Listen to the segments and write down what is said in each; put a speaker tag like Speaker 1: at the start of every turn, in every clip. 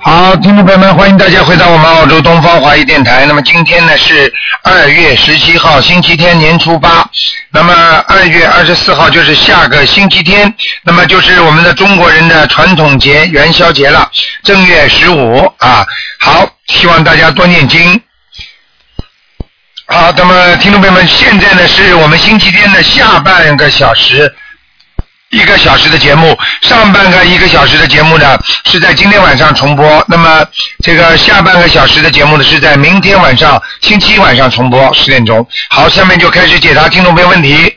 Speaker 1: 好，听众朋友们，欢迎大家回到我们澳洲东方华语电台。那么今天呢是二月十七号，星期天，年初八。那么二月二十四号就是下个星期天，那么就是我们的中国人的传统节元宵节了，正月十五啊。好，希望大家多念经。好，那么听众朋友们，现在呢是我们星期天的下半个小时。一个小时的节目，上半个一个小时的节目呢是在今天晚上重播，那么这个下半个小时的节目呢是在明天晚上星期一晚上重播十点钟。好，下面就开始解答听众朋友问题。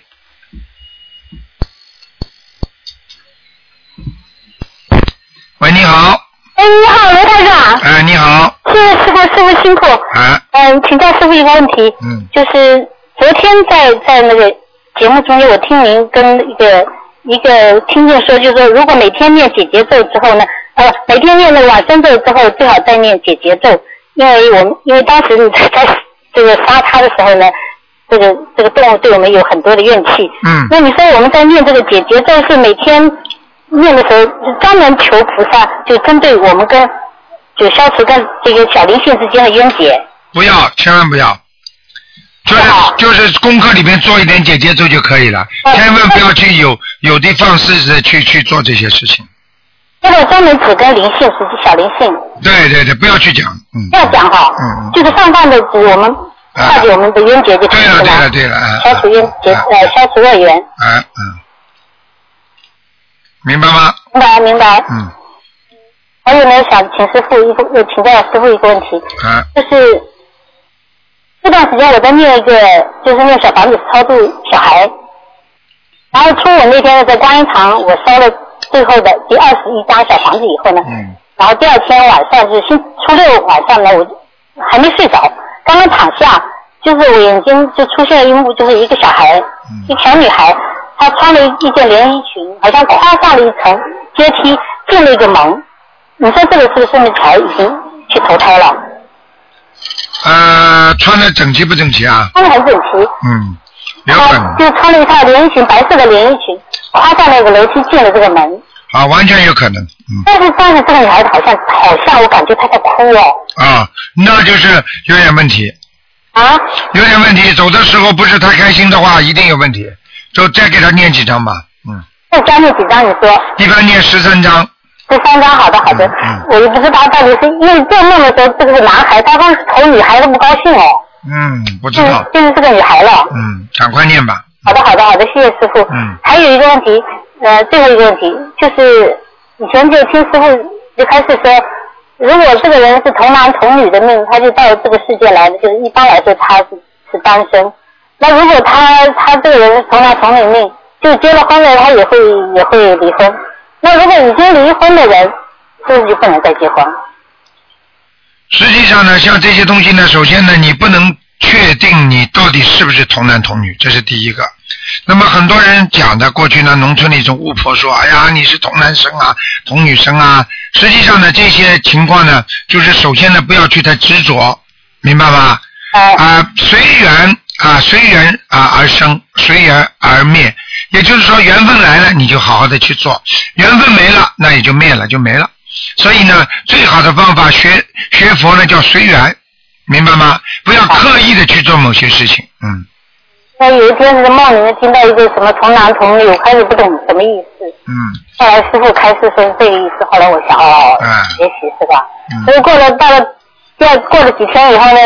Speaker 1: 喂，你好，
Speaker 2: 哎，你好，罗台长，啊
Speaker 1: 哎、你好，
Speaker 2: 谢谢师傅，师傅辛苦。
Speaker 1: 啊，
Speaker 2: 嗯，请教师傅一个问题，
Speaker 1: 嗯，
Speaker 2: 就是昨天在在那个节目中间，我听您跟一个一个听众说，就是说如果每天念解节奏之后呢，呃，每天念那个往生咒之后，最好再念解节奏，因为我们因为当时你在在这个杀他的时候呢，这个这个动物对我们有很多的怨气，
Speaker 1: 嗯，
Speaker 2: 那你说我们在念这个解结咒是每天念的时候专门求菩萨，就针对我们跟就消除跟这个小灵性之间的冤结。
Speaker 1: 不要，千万不要，就是
Speaker 2: 好
Speaker 1: 就是功课里面做一点姐姐做就可以了，
Speaker 2: 哦
Speaker 1: 千万不要去有有的放矢的去去做这些事情。
Speaker 2: 这个专门指跟灵性，实际小灵性
Speaker 1: 对对对，不要去讲，嗯。
Speaker 2: 这样讲哈，
Speaker 1: 嗯嗯
Speaker 2: 就是泛泛的指我们
Speaker 1: 啊
Speaker 2: 化解我们的冤结就可
Speaker 1: 对
Speaker 2: 以
Speaker 1: 了对
Speaker 2: 吧
Speaker 1: 了？对了，啊
Speaker 2: 消除冤结，
Speaker 1: 啊
Speaker 2: 呃，消除恶缘，
Speaker 1: 啊嗯，明白吗？
Speaker 2: 明白明白。
Speaker 1: 嗯
Speaker 2: 还有呢，想请师傅一个，呃请教师傅一个问题，
Speaker 1: 啊
Speaker 2: 就是这段时间我在念一个，就是念小房子超度小孩，然后初五那天呢，在观音堂我烧了最后的第二十一张小房子以后呢，
Speaker 1: 嗯
Speaker 2: 然后第二天晚上就是星初六晚上呢，我还没睡着，刚刚躺下，就是我眼睛就出现了一幕，就是一个小孩，一
Speaker 1: 嗯
Speaker 2: 个小女孩，她穿了一件连衣裙，好像跨上了一层阶梯，进了一个门。你说这个是不是你才已经去投胎了？
Speaker 1: 呃，穿的整齐不整齐啊？
Speaker 2: 穿的很整齐，
Speaker 1: 嗯，有
Speaker 2: 然后
Speaker 1: 可
Speaker 2: 就
Speaker 1: 能
Speaker 2: 穿了一套连衣裙，白色的连衣裙，跨上那个楼梯进了这个门。
Speaker 1: 啊，完全有可能，嗯
Speaker 2: 但是当时这个女孩子好像好像我感觉她在哭哦，
Speaker 1: 啊，那就是有点问题，
Speaker 2: 啊，
Speaker 1: 有点问题。走的时候不是太开心的话，一定有问题，就再给他念几张吧，嗯，
Speaker 2: 这将近几张你说？
Speaker 1: 一般念十三张，
Speaker 2: 这三张好的好的，
Speaker 1: 嗯嗯
Speaker 2: 我也不知道到底是因为做梦的时候这个男孩，他当时投女孩都不高兴哦，
Speaker 1: 嗯，不知
Speaker 2: 就
Speaker 1: 道
Speaker 2: 是，就是这个女孩了。
Speaker 1: 嗯，赶快念吧，
Speaker 2: 好的好的好的，谢谢师傅。
Speaker 1: 嗯
Speaker 2: 还有一个问题，呃，最后一个问题就是以前就听师傅就开始说，如果这个人是童男童女的命，他就到这个世界来的，就是一般来说他是是单身。那如果他他这个人是童男童女命，就结了婚了，他也会也会离婚。那如果已经离婚的人，是不是就不能再结婚？
Speaker 1: 实际上呢，像这些东西呢，首先呢，你不能确定你到底是不是童男童女，这是第一个。那么很多人讲的，过去呢，农村里一种巫婆说，哎呀，你是童男生啊，童女生啊。实际上呢，这些情况呢，就是首先呢，不要去太执着，明白吗？
Speaker 2: 哎、
Speaker 1: 啊，随缘啊，随缘啊而生，随缘而灭。也就是说，缘分来了，你就好好的去做；缘分没了，那也就灭了，就没了。所以呢，最好的方法学学佛呢，叫随缘，明白吗？不要刻意的去做某些事情。嗯，
Speaker 2: 那有一天是梦里面听到一个什么童男童女，我开始不懂什么意思。
Speaker 1: 嗯，
Speaker 2: 后来师傅开示说是这个意思，后来我想哦，
Speaker 1: 嗯
Speaker 2: 也许是吧。
Speaker 1: 嗯
Speaker 2: 所以过了到了，又过了几天以后呢，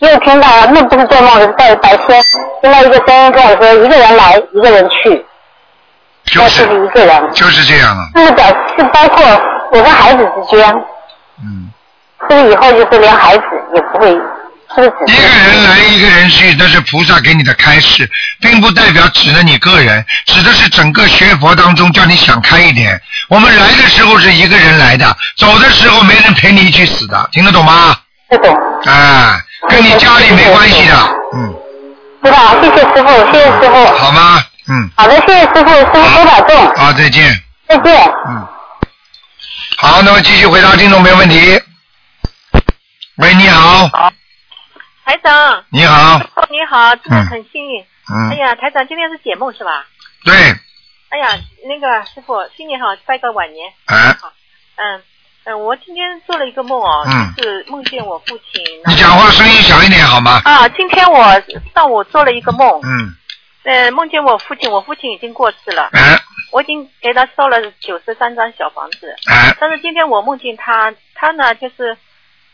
Speaker 2: 又听到那不是做梦，是在白天听到一个声音跟我说，一个人来，一个人去，
Speaker 1: 就
Speaker 2: 我自己
Speaker 1: 是
Speaker 2: 一个人。
Speaker 1: 就是这样啊。
Speaker 2: 这个表是包括我跟孩子之间，
Speaker 1: 嗯，
Speaker 2: 是不是以后就是连孩子也不会，是 不是
Speaker 1: 一
Speaker 2: 只
Speaker 1: 个
Speaker 2: 是？
Speaker 1: 人来，一个人去，那是菩萨给你的开示，并不代表指的你个人，指的是整个学佛当中叫你想开一点。我们来的时候是一个人来的，走的时候没人陪你一起死的，听得懂吗？
Speaker 2: 这种
Speaker 1: 啊，跟你家里没关系的，嗯，
Speaker 2: 知道？谢谢师傅，谢谢师傅。
Speaker 1: 好吗？嗯，
Speaker 2: 好的，谢谢师傅，师傅多保重。
Speaker 1: 好，再见。
Speaker 3: 再见。
Speaker 1: 嗯。好，那么继续回答听众朋友问题。喂，你好，
Speaker 4: 台长，
Speaker 1: 你好，
Speaker 4: 哦，你好，真的很幸运。哎
Speaker 1: 嗯，
Speaker 4: 呀，台长，今天是解梦是吧？
Speaker 1: 对，
Speaker 4: 哎呀，那个师傅，新年好，拜个晚年。
Speaker 1: 哎，
Speaker 4: 嗯嗯，我今天做了一个梦哦，
Speaker 1: 嗯
Speaker 4: 就是梦见我父亲。
Speaker 1: 你讲话声音小一点好吗？
Speaker 4: 啊，今天我上午做了一个梦，
Speaker 1: 嗯，
Speaker 4: 呃，梦见我父亲，我父亲已经过世了，
Speaker 1: 哎，
Speaker 4: 我已经给他烧了九十三张小房子，
Speaker 1: 哎，
Speaker 4: 但是今天我梦见他，他呢就是，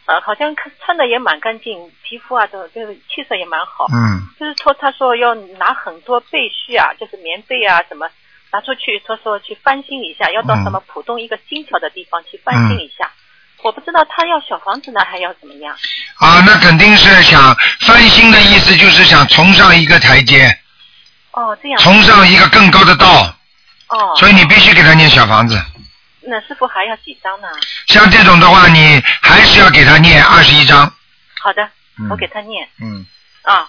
Speaker 4: 呃，好像穿的也蛮干净，皮肤啊都就是气色也蛮好，
Speaker 1: 嗯，
Speaker 4: 就是说，他说要拿很多被絮啊，就是棉被啊什么拿出去，他说去翻新一下，要到什么浦东一个新桥的地方去翻新一下。
Speaker 1: 嗯
Speaker 4: 我不知道他要小房子呢，还要怎么样？
Speaker 1: 啊，那肯定是想翻新的意思，就是想重上一个台阶，
Speaker 4: 哦，这样
Speaker 1: 重上一个更高的道，
Speaker 4: 哦，
Speaker 1: 所以你必须给他念小房子。
Speaker 4: 那师傅还要几张呢？
Speaker 1: 像这种的话，你还是要给他念二十一章。
Speaker 4: 好的，
Speaker 1: 嗯
Speaker 4: 我给他念
Speaker 1: 嗯，
Speaker 4: 啊。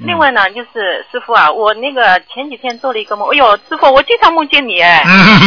Speaker 1: 嗯
Speaker 4: 另外呢，就是师傅啊，我那个前几天做了一个梦，哎呦，师傅，我经常梦见你哎，
Speaker 1: 嗯，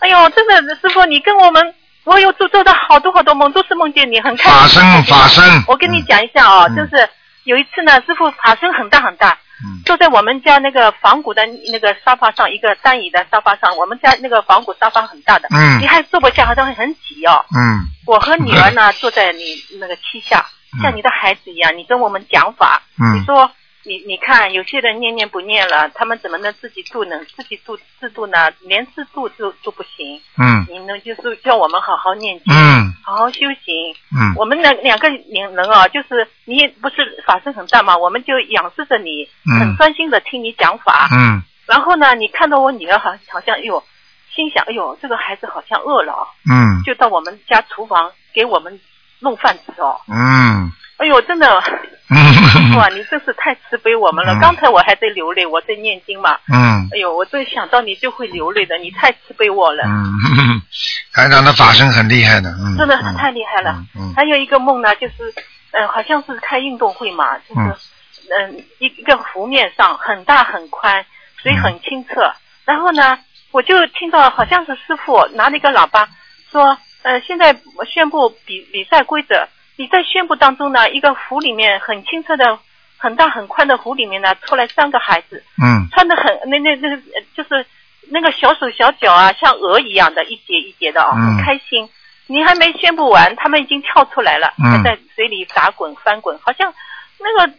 Speaker 4: 哎呦，真的，师傅，你跟我们，我有做做的好多好多梦，都是梦见你，很开心。
Speaker 1: 法身法身。
Speaker 4: 我跟你讲一下哦，
Speaker 1: 嗯
Speaker 4: 就是有一次呢，师傅爬升很大很大，
Speaker 1: 嗯，
Speaker 4: 坐在我们家那个仿古的那个沙发上，一个单椅的沙发上，我们家那个仿古沙发很大的，
Speaker 1: 嗯
Speaker 4: 你还坐不下，好像很挤哦。
Speaker 1: 嗯
Speaker 4: 我和女儿呢坐在你那个膝下，像你的孩子一样，你跟我们讲法，
Speaker 1: 嗯
Speaker 4: 你说。你你看，有些人念念不念了，他们怎么能自己度呢？自己度自度呢？连自度都都不行。
Speaker 1: 嗯
Speaker 4: 你们就是叫我们好好念经，
Speaker 1: 嗯
Speaker 4: 好好修行，
Speaker 1: 嗯
Speaker 4: 我们两两个人人啊，就是你也不是法身很大嘛，我们就仰视着你，
Speaker 1: 嗯
Speaker 4: 很专心的听你讲法。
Speaker 1: 嗯
Speaker 4: 然后呢，你看到我女儿好好像，哎呦，心想，哎呦，这个孩子好像饿了哦，
Speaker 1: 嗯
Speaker 4: 就到我们家厨房给我们弄饭吃哦。
Speaker 1: 嗯
Speaker 4: 哎呦，真的，哇，
Speaker 1: 嗯
Speaker 4: 你真是太慈悲我们了。
Speaker 1: 嗯
Speaker 4: 刚才我还在流泪，我在念经嘛。
Speaker 1: 嗯
Speaker 4: 哎呦，我真想到你就会流泪的，你太慈悲我了，
Speaker 1: 嗯，台长的法身很厉害的，嗯，
Speaker 4: 真的太厉害了。
Speaker 1: 嗯
Speaker 4: 还有一个梦呢，就是，呃，好像是开运动会嘛，就是，
Speaker 1: 嗯
Speaker 4: 嗯、一一个湖面上很大很宽，水很清澈。
Speaker 1: 嗯
Speaker 4: 然后呢，我就听到好像是师傅拿了一个喇叭说，呃，现在我宣布比比赛规则。比赛宣布当中呢，一个湖里面很清澈的、很大很宽的湖里面呢，出来三个孩子，
Speaker 1: 嗯
Speaker 4: 穿的很那那那呃就是那个小手小脚啊，像鹅一样的，一节一节的啊，
Speaker 1: 嗯
Speaker 4: 很开心。你还没宣布完，他们已经跳出来了，
Speaker 1: 嗯
Speaker 4: 还在水里打滚翻滚，好像那个呃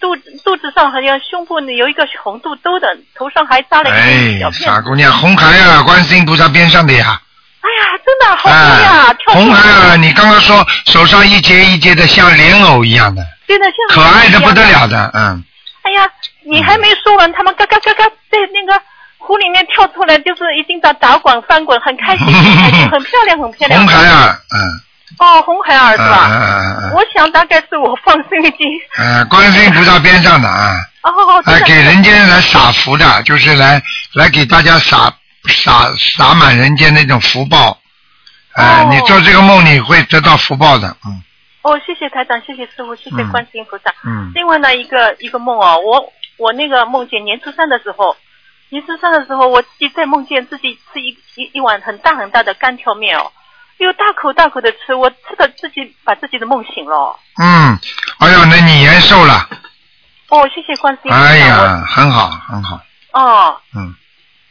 Speaker 4: 肚肚子上好像胸部有一个红肚兜的，头上还扎了一
Speaker 1: 哎
Speaker 4: 个小，辫
Speaker 1: 傻
Speaker 4: 子。
Speaker 1: 姑娘，红孩儿，观世音菩萨边上的呀，
Speaker 4: 哎呀，真的好美呀、
Speaker 1: 哎，
Speaker 4: 啊跳
Speaker 1: 红
Speaker 4: 出
Speaker 1: 孩
Speaker 4: 来
Speaker 1: 儿，
Speaker 4: 了，
Speaker 1: 你刚刚说手上一节一节的，像莲藕一样的，
Speaker 4: 对的，像
Speaker 1: 可爱的不得
Speaker 4: 一样。
Speaker 1: 了的，嗯
Speaker 4: 哎呀，你还没说完，他们嘎嘎嘎嘎在那个湖里面跳出来，就是已经打打滚翻滚，很开心，很开 心，很漂亮，很漂亮。
Speaker 1: 红孩儿，嗯，
Speaker 4: 哦，红孩儿是
Speaker 1: 嗯
Speaker 4: 吧？
Speaker 1: 嗯嗯
Speaker 4: 我想大概是我放生已经
Speaker 1: 嗯，观世音菩萨边上的啊。
Speaker 4: 哦，真
Speaker 1: 哎，
Speaker 4: 的
Speaker 1: 给人间来撒福的，就是来来给大家撒撒撒满人间那种福报。哎、
Speaker 4: 哦
Speaker 1: 你做这个梦你会得到福报的，嗯
Speaker 4: 哦，谢谢台长，谢谢师傅，谢谢
Speaker 1: 嗯
Speaker 4: 观世音菩萨。
Speaker 1: 嗯
Speaker 4: 另外呢，一个一个梦哦，我我那个梦见年初三的时候，年初三的时候，我自己在梦见自己吃一一一碗很大很大的干挑面哦，又大口大口的吃，我吃的自己把自己的梦醒了哦。
Speaker 1: 嗯，哎呦，那你延寿了，
Speaker 4: 哦，谢谢观世音菩萨。
Speaker 1: 哎呀，很好很好，
Speaker 4: 我，哦，
Speaker 1: 嗯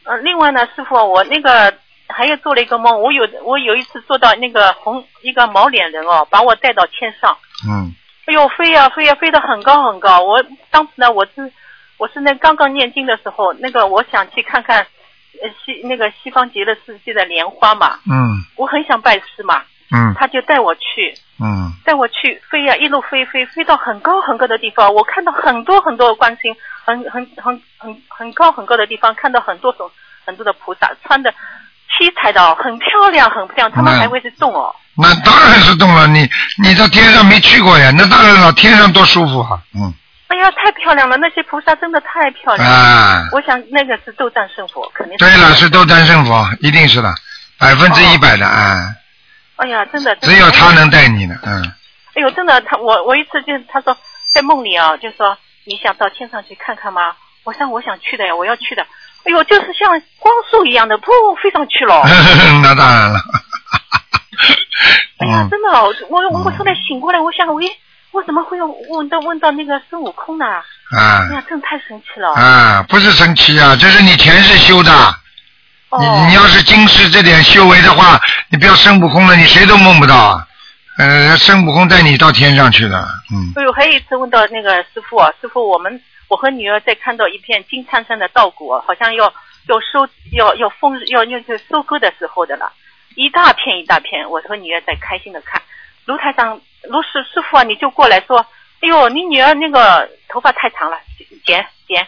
Speaker 4: 呃，另外呢，师傅，我那个还有做了一个梦，我有我有一次做到那个红一个毛脸人哦，把我带到天上，
Speaker 1: 嗯
Speaker 4: 哎呦飞呀、飞呀、飞得很高很高。我当时呢，我是我是那刚刚念经的时候，那个我想去看看呃西那个西方极乐世界的莲花嘛，
Speaker 1: 嗯
Speaker 4: 我很想拜师嘛，
Speaker 1: 嗯
Speaker 4: 他就带我去，
Speaker 1: 嗯
Speaker 4: 带我去飞呀、一路飞飞飞到很高很高的地方，我看到很多很多的观世音，很很很很很高很高的地方，看到很多种很多的菩萨，穿的七彩的哦，很漂亮很漂亮，他们
Speaker 1: 嗯
Speaker 4: 还会是动哦。
Speaker 1: 那当然是动了，你你到天上没去过呀？那当然了，天上多舒服啊！嗯，
Speaker 4: 哎呀，太漂亮了，那些菩萨真的太漂亮了。
Speaker 1: 啊，
Speaker 4: 我想那个是斗战胜佛，肯定
Speaker 1: 对了，是斗战胜佛，一定是的，百分之一百的啊、
Speaker 4: 哎呀，真的，真
Speaker 1: 只
Speaker 4: 的
Speaker 1: 有他。能带你的，嗯
Speaker 4: 哎呦，真的，他我我一次就是他说在梦里啊，就说你想到天上去看看吗？我想我想去的呀，我要去的。哎呦，就是像光速一样的，噗，飞上去了。
Speaker 1: 那当然了。
Speaker 4: 哎呀，
Speaker 1: 嗯
Speaker 4: 真的，我我我后来醒过来，我想，喂，我怎么会问到问到那个孙悟空呢？
Speaker 1: 啊
Speaker 4: 哎呀，真太神奇了。
Speaker 1: 啊，不是生气啊，这是你前世修的。
Speaker 4: 哦，
Speaker 1: 你你要是今世这点修为的话，你不要孙悟空了，你谁都梦不到啊。呃，孙悟空带你到天上去的，嗯，
Speaker 4: 哎呦，还有一次问到那个师傅、啊，师傅，我们我和女儿在看到一片金灿灿的稻谷啊，好像要要收要要丰要要要收割的时候的了，一大片一大片，我和女儿在开心的看。卢台长，卢师师傅啊，你就过来说，哎呦，你女儿那个头发太长了，剪剪。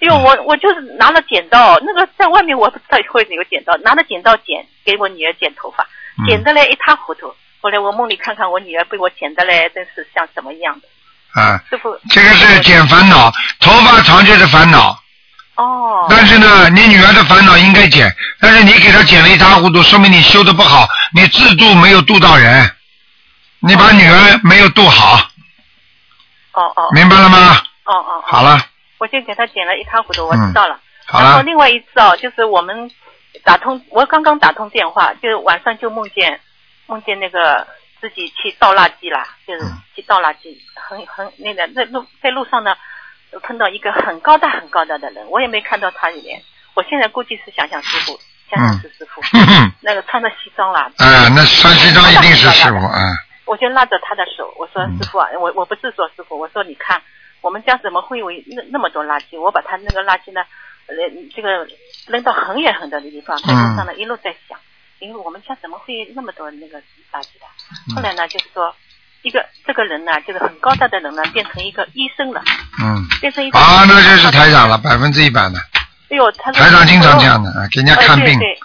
Speaker 4: 哎呦，我我就是拿了剪刀，那个在外面我不知道会有剪刀，拿了剪刀剪给我女儿剪头发，
Speaker 1: 嗯
Speaker 4: 剪得嘞一塌糊涂。后来我梦里看看我女儿被我剪得嘞，真是像什么一样的。
Speaker 1: 啊，
Speaker 4: 师傅，
Speaker 1: 这个是减烦恼，头发长就是烦恼。
Speaker 4: 哦，
Speaker 1: 但是呢，你女儿的烦恼应该减，但是你给她减了一塌糊涂，说明你修的不好，你自度没有度到人，你把女儿没有度好，
Speaker 4: 哦哦
Speaker 1: 明白了吗？
Speaker 4: 哦哦，
Speaker 1: 好，了，
Speaker 4: 我就给他剪了一塌糊涂，我
Speaker 1: 嗯
Speaker 4: 知道了。
Speaker 1: 好
Speaker 4: 然后
Speaker 1: 了，
Speaker 4: 另外一次哦，就是我们打通，我刚刚打通电话，就是晚上就梦见梦见那个自己去倒垃圾啦，就是
Speaker 1: 嗯
Speaker 4: 去倒垃圾，很很那个在路在路上呢碰到一个很高大很高大的人，我也没看到他脸，我现在估计是想想师傅，想
Speaker 1: 嗯
Speaker 4: 想是师傅，
Speaker 1: 哼哼，
Speaker 4: 那个穿着西装啦，
Speaker 1: 啊，那三西章一定是师傅啊，
Speaker 4: 我就拉着他的手，我说
Speaker 1: 嗯：“
Speaker 4: 师傅啊，我我不是说师傅，我说你看，我们家怎么会有那那么多垃圾？我把他那个垃圾呢，呃，这个扔到很远很远的地
Speaker 1: 嗯
Speaker 4: 方，在路上呢一路在想，因为我们家怎么会那么多那个垃圾的？
Speaker 1: 嗯
Speaker 4: 后来呢，就是说，一个这个人呢，就是很高大的人呢，变成一个医生了，
Speaker 1: 嗯，
Speaker 4: 变成一个
Speaker 1: 啊，那就是台长了，百分之一百的，
Speaker 4: 哎呦，他说
Speaker 1: 台长经常这样的，啊，给人家看病
Speaker 4: 哎、对对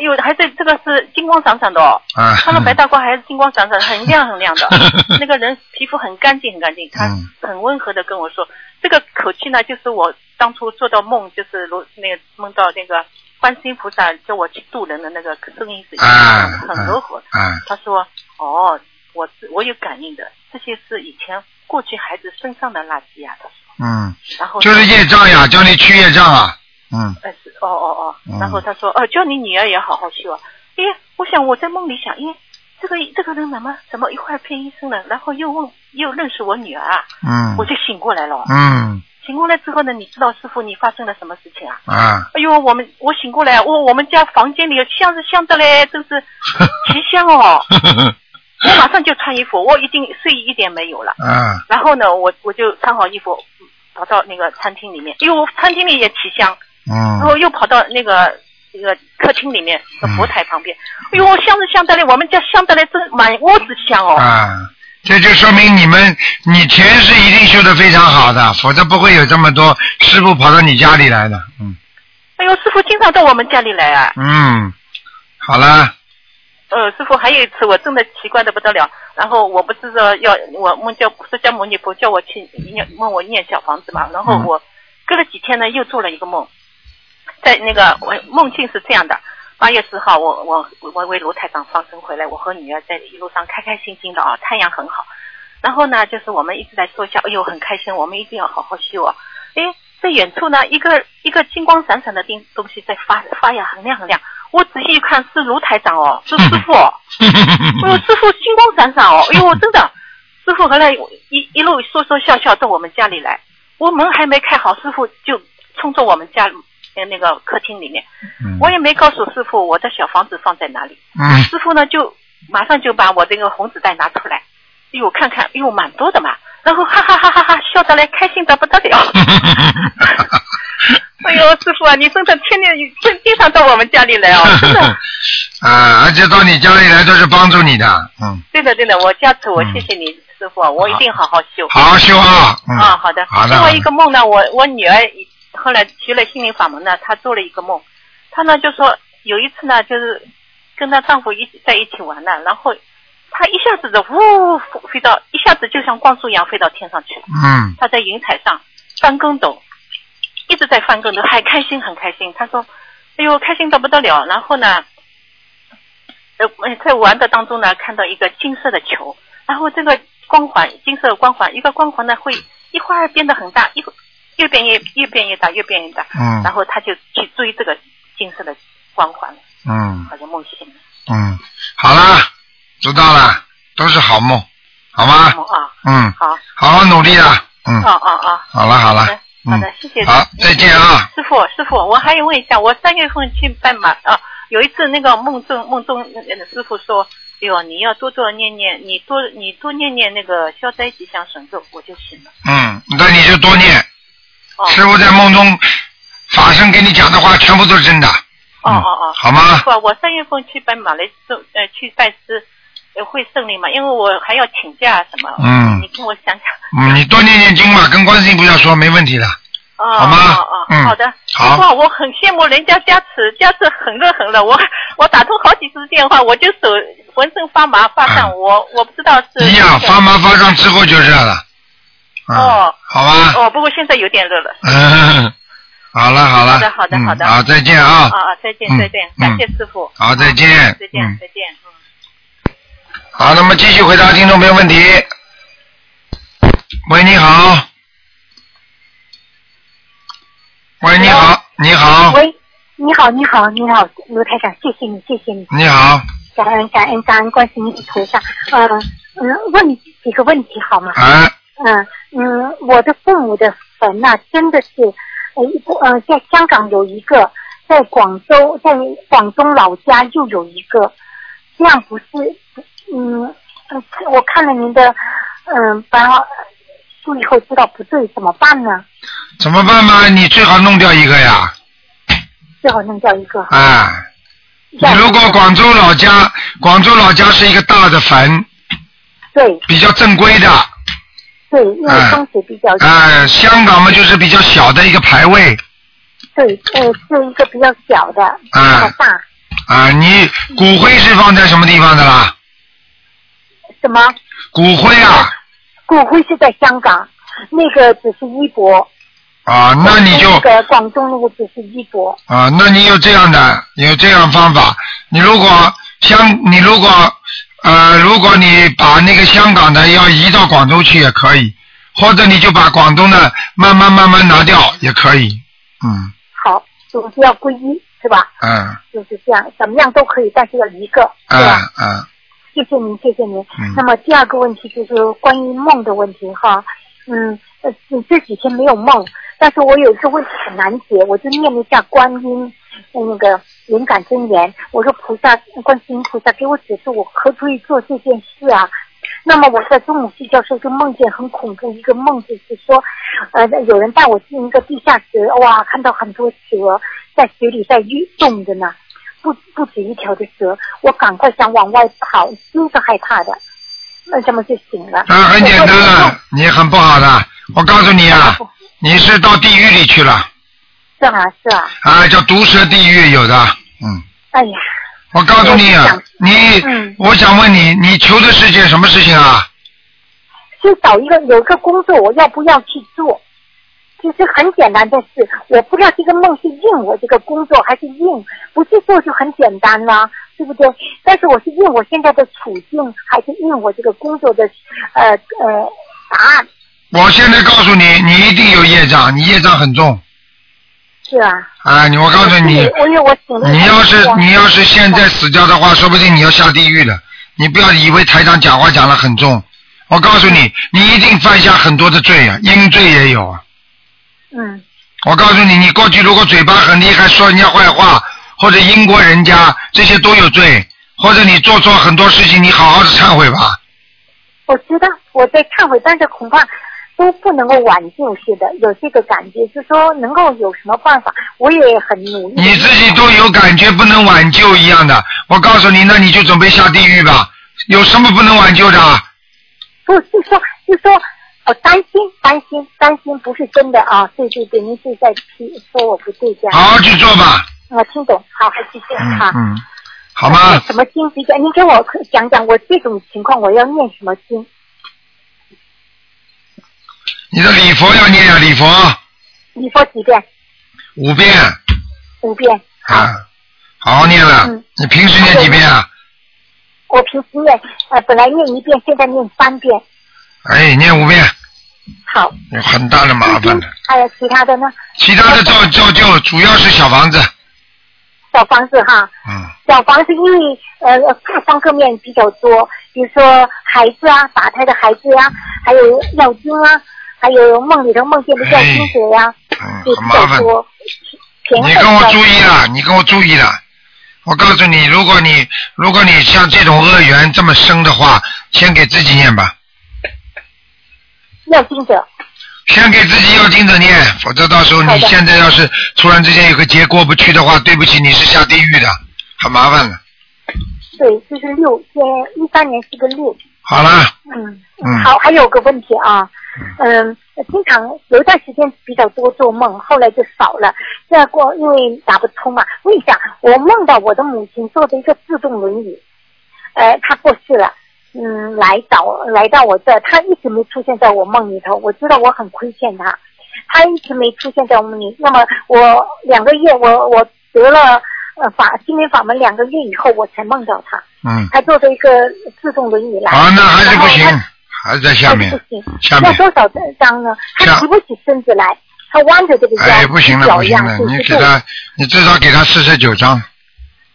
Speaker 4: 哎呦，还是这个是金光闪闪的哦。
Speaker 1: 啊，。
Speaker 4: 穿了白大褂还是金光闪闪，很亮很亮的 那个人皮肤很干净很干净，他
Speaker 1: 嗯
Speaker 4: 很温和的跟我说，这个口气呢，就是我当初做到梦，就是如那个梦到那个观世音菩萨叫我去渡人的那个声音是一样的，
Speaker 1: 啊
Speaker 4: 很柔和。
Speaker 1: 啊，
Speaker 4: 他说：“哦，我是我有感应的，这些是以前过去孩子身上的垃圾呀、他说
Speaker 1: 嗯，
Speaker 4: 然后
Speaker 1: 就是业障呀，叫你去业障啊，嗯，
Speaker 4: 呃，是哦哦
Speaker 1: 嗯
Speaker 4: 哦，然后他说，哦，叫你女儿也好好修啊。哎，我想我在梦里想，哎，这个这个人怎么怎么一会儿变医生了，然后又问又认识我女儿啊，
Speaker 1: 嗯
Speaker 4: 我，就醒过来了。
Speaker 1: 嗯，
Speaker 4: 醒过来之后呢，你知道师傅你发生了什么事情啊？
Speaker 1: 啊，
Speaker 4: 哎呦，我们我醒过来，我我们家房间里香是香的嘞，真 是奇香哦！
Speaker 1: 呵呵呵，
Speaker 4: 我马上就穿衣服，我已经睡意一点没有了。
Speaker 1: 啊，
Speaker 4: 然后呢，我我就穿好衣服，跑到那个餐厅里面，哎呦，餐厅里也奇香，然
Speaker 1: 嗯
Speaker 4: 后，又跑到那个那个客厅里面的
Speaker 1: 嗯
Speaker 4: 佛台旁边，哎呦，香是香得嘞，我们家香得嘞，真满屋子香哦。
Speaker 1: 啊，这就说明你们你前世一定修得非常好的，否则不会有这么多师傅跑到你家里来的。嗯
Speaker 4: 哎呦，师傅经常到我们家里来啊。
Speaker 1: 嗯，好了，
Speaker 4: 呃，师傅还有一次我真的奇怪的不得了，然后我不是说要我梦教释迦牟尼佛叫我去念问我念小房子嘛，然
Speaker 1: 嗯
Speaker 4: 后我隔了几天呢又做了一个梦，在那个我梦境是这样的。八月四号，我我我为卢台长放生回来，我和女儿在一路上开开心心的啊，太阳很好。然后呢，就是我们一直在说笑，哎呦很开心，我们一定要好好修啊。哎，在远处呢，一个一个金光闪闪的东东西在发发呀，很亮很亮。我仔细一看，是卢台长哦，是师傅哦。哎呦，师傅金光闪闪哦！哎呦，真的，师傅后来一一路说说笑笑到我们家里来，我门还没开好，师傅就冲着我们家呃那个客厅里面，
Speaker 1: 嗯
Speaker 4: 我也没告诉师傅我的小房子放在哪里，
Speaker 1: 嗯
Speaker 4: 师傅呢就马上就把我这个红纸袋拿出来，哎呦看看，哎呦蛮多的嘛，然后哈哈哈哈哈笑得来开心的不得了。哎呦，师傅啊，你真的天天真经常到我们家里 来哦，真的。
Speaker 1: 啊，而且到你家里来都是帮助你的，嗯，
Speaker 4: 对的，对的，我下次我
Speaker 1: 嗯
Speaker 4: 谢谢你，师傅，啊我一定好好修。
Speaker 1: 好好修啊，嗯，
Speaker 4: 啊，好的。
Speaker 1: 好的，
Speaker 4: 另外一个梦呢，我我女儿后来学了心灵法门呢，她做了一个梦，她呢就说有一次呢，就是跟她丈夫一起在一起玩呢，然后她一下子的呜飞到，一下子就像光速一样飞到天上去了。
Speaker 1: 嗯
Speaker 4: 她在云彩上翻跟斗，一直在翻跟斗，很开心很开心。她说：“哎呦，开心的不得了。”然后呢，呃，在玩的当中呢，看到一个金色的球，然后这个光环，金色的光环，一个光环呢会一会儿变得很大，一会越变越越变越大，越变越大，
Speaker 1: 嗯
Speaker 4: 然后他就去追这个金色的光环，
Speaker 1: 嗯
Speaker 4: 好像梦醒了，
Speaker 1: 嗯，好啦，知道了，都是好梦，好吗？
Speaker 4: 梦啊，
Speaker 1: 嗯，
Speaker 4: 好，
Speaker 1: 好好努力啊，嗯，
Speaker 4: 哦哦哦，
Speaker 1: 好了好
Speaker 4: 好
Speaker 1: 了，
Speaker 4: 的
Speaker 1: 嗯
Speaker 4: 好的，谢谢，
Speaker 1: 好，再见啊，
Speaker 4: 师傅，师傅，我还有问一下，我三月份去拜马啊，有一次那个梦中梦中呃师傅说，哎呦，你要多多念念，你多你多念念那个消灾吉祥神咒，我就信了。
Speaker 1: 嗯，那你就多念，
Speaker 4: 哦
Speaker 1: 师傅在梦中法身给你讲的话全部都是真的，
Speaker 4: 哦
Speaker 1: 嗯
Speaker 4: 哦哦，
Speaker 1: 好吗
Speaker 4: 师？傅，我三月份去拜马来西亚呃去拜师，呃会顺利吗？因为我还要请假什么，
Speaker 1: 嗯
Speaker 4: 你跟我想想。
Speaker 1: 嗯，你多念念经嘛，跟观世音菩萨说没问题的，
Speaker 4: 哦
Speaker 1: 好吗
Speaker 4: 哦哦，
Speaker 1: 嗯
Speaker 4: 好的。
Speaker 1: 好
Speaker 4: 哇，我很羡慕人家加持，加持很热很热。我 我打通好几次电话，我就手浑身发麻发胀，
Speaker 1: 嗯
Speaker 4: 我我不知道是。
Speaker 1: 一样发麻发胀之后就热了，嗯
Speaker 4: 哦，
Speaker 1: 好吧，
Speaker 4: 哦，不过现在有点热了。
Speaker 1: 嗯， 好了好了，
Speaker 4: 好的好的好的
Speaker 1: 嗯好，再见啊，
Speaker 4: 啊啊，再见
Speaker 1: 嗯
Speaker 4: 再见，
Speaker 1: 嗯
Speaker 4: 感谢师傅。
Speaker 1: 好再见
Speaker 4: 啊再
Speaker 1: 嗯
Speaker 4: 见再见。嗯
Speaker 1: 好，那么继续回答听众朋友问题。喂，你好。喂，你好，你好，
Speaker 2: 喂，你好，你好，你好，卢台长，谢谢你，谢谢你，
Speaker 1: 你好，
Speaker 2: 感恩感恩感恩关心你的菩萨。嗯、嗯，问你几个问题好吗？
Speaker 1: 啊，
Speaker 2: 嗯、嗯，我的父母的坟呐、真的是，呃，一个呃，在香港有一个，在广州，在广东老家又有一个，这样不是，嗯，呃我看了您的，嗯、把书以后知道不对，怎么办呢？
Speaker 1: 怎么办嘛？你最好弄掉一个呀，
Speaker 2: 最好弄掉一个。
Speaker 1: 啊，你如果广州老家，广州老家是一个大的坟，
Speaker 2: 对
Speaker 1: 比较正规的，
Speaker 2: 对，因为
Speaker 1: 哎
Speaker 2: 风水比较
Speaker 1: 啊，香港嘛就是比较小的一个牌位，
Speaker 2: 对，呃，是一个比较小的，比较大，
Speaker 1: 啊，你骨灰是放在什么地方的啦？
Speaker 2: 什么
Speaker 1: 骨灰啊，
Speaker 2: 骨灰是在香港，那个只是衣钵，
Speaker 1: 啊，那你就
Speaker 2: 那个广东那个只是衣钵，
Speaker 1: 啊，那你有这样的有这样方法，你如果香，你如果呃，如果你把那个香港的要移到广州去也可以，或者你就把广东的慢慢慢慢拿掉也可以，嗯
Speaker 2: 好，总之要皈依是吧？
Speaker 1: 嗯
Speaker 2: 就是这样，怎么样都可以，但是要一个，是吧？
Speaker 1: 嗯嗯
Speaker 2: 谢谢您，谢谢您。
Speaker 1: 嗯
Speaker 2: 那么第二个问题就是关于梦的问题哈，嗯，呃，这几天没有梦，但是我有一个问题很难解，我就念了一下观音呃那个灵感真言，我说菩萨，观世音菩萨给我指示我可不可以做这件事啊？那么我在中午睡觉时候就梦见很恐怖，一个梦就是说，呃，有人带我进一个地下室，哇，看到很多蛇在水里在运动着呢。不不止一条的蛇，我赶快想往外跑，心是害怕的，那这么就醒了。
Speaker 1: 那啊很简单
Speaker 2: 我
Speaker 1: 了，你很不好的，我告诉你啊，你是到地狱里去了
Speaker 2: 是啊是啊，
Speaker 1: 啊，叫毒蛇地狱有的，嗯，
Speaker 2: 哎呀，
Speaker 1: 我告诉你啊
Speaker 2: 我想，
Speaker 1: 你，
Speaker 2: 嗯
Speaker 1: 我想问你，你求的是件什么事情啊？
Speaker 2: 就找一个有一个工作，我要不要去做？其实很简单的事，我不知道这个梦是应我这个工作还是应不去做就很简单啦、对不对？但是我是应我现在的处境，还是应我这个工作的呃呃答案？
Speaker 1: 我现在告诉你，你一定有业障，你业障很重
Speaker 2: 是啊，
Speaker 1: 啊！你我告诉你，
Speaker 2: 我因为我醒了以后
Speaker 1: 你要是
Speaker 2: 就
Speaker 1: 你要是现在死掉的话，说不定你要下地狱了。你不要以为台长讲话讲得很重，我告诉你，你一定犯下很多的罪啊，阴罪也有啊。
Speaker 2: 嗯
Speaker 1: 我告诉你，你过去如果嘴巴很厉害，说人家坏话，或者阴过人家，这些都有罪。或者你做错很多事情，你好好的忏悔吧。
Speaker 2: 我知道我在忏悔，但是恐怕都不能够挽救似的，有这个感觉，就说能够有什么办法，我也很努力。
Speaker 1: 你自己都有感觉不能挽救一样的，我告诉你，那你就准备下地狱吧。有什么不能挽救的啊？
Speaker 2: 不就说就说我担心担心担心不是真的啊，对对对，您是在批说我不对这样，
Speaker 1: 好好去做吧。
Speaker 2: 我听懂，好，还继续
Speaker 1: 嗯
Speaker 2: 哈。
Speaker 1: 嗯，好吗？
Speaker 2: 什么经比较？您给我讲讲，我这种情况我要念什么经？
Speaker 1: 你的礼佛要念啊，礼佛
Speaker 2: 你说几遍？
Speaker 1: 五遍
Speaker 2: 五遍。好，
Speaker 1: 啊，好好念了
Speaker 2: 嗯。
Speaker 1: 你平时念几遍啊？
Speaker 2: 我平时念呃本来念一遍，现在念三遍。
Speaker 1: 哎，念五遍，
Speaker 2: 好，
Speaker 1: 有很大的麻烦的。
Speaker 2: 还有其他的呢？
Speaker 1: 其他的照照旧，主要是小房子，
Speaker 2: 小房子哈，
Speaker 1: 嗯，
Speaker 2: 小房子因为呃各方各面比较多，比如说孩子啊，打胎的孩子呀、还有药精啊，还有梦里头梦见的药精者呀、
Speaker 1: 嗯，
Speaker 2: 就
Speaker 1: 很
Speaker 2: 比
Speaker 1: 麻
Speaker 2: 较
Speaker 1: 烦。
Speaker 2: 多。平
Speaker 1: 你
Speaker 2: 衡
Speaker 1: 跟我
Speaker 2: 的
Speaker 1: 注意了，你跟我注意了。我告诉你，如果你如果你像这种恶缘这么深的话，先给自己念吧，
Speaker 2: 药精者，
Speaker 1: 先给自己要经着念，否则到时候
Speaker 2: 好
Speaker 1: 你
Speaker 2: 的
Speaker 1: 现在要是突然之间有个结过不去的话，对不起，你是下地狱的，很麻烦的。
Speaker 2: 对，这是六，一一三年是个六，
Speaker 1: 好了，
Speaker 2: 嗯。
Speaker 1: 嗯，
Speaker 2: 好，还有个问题啊，嗯，经常有一段时间比较多做梦，后来就少了。再过因为打不通嘛，问一下，我梦到我的母亲坐着一个自动轮椅，呃，她过世了，嗯，来找来到我这儿，她一直没出现在我梦里头，我知道我很亏欠她，她一直没出现在我梦里。那么我两个月，我我得了呃法心灵法门两个月以后，我才梦到她，
Speaker 1: 嗯，
Speaker 2: 她坐着一个自动轮椅来。
Speaker 1: 好，那还是不
Speaker 2: 然后
Speaker 1: 行
Speaker 2: 她，
Speaker 1: 还是在下面
Speaker 2: 那，不行
Speaker 1: 下
Speaker 2: 哦要
Speaker 1: 面。
Speaker 2: 多少张呢？他
Speaker 1: 下
Speaker 2: 提不起身子来，他弯着这个腰，
Speaker 1: 哎，不行了，
Speaker 2: 脚
Speaker 1: 不
Speaker 2: 一
Speaker 1: 行
Speaker 2: 样
Speaker 1: 了，
Speaker 2: 就
Speaker 1: 你
Speaker 2: 是
Speaker 1: 给他，你至少给他四十九张，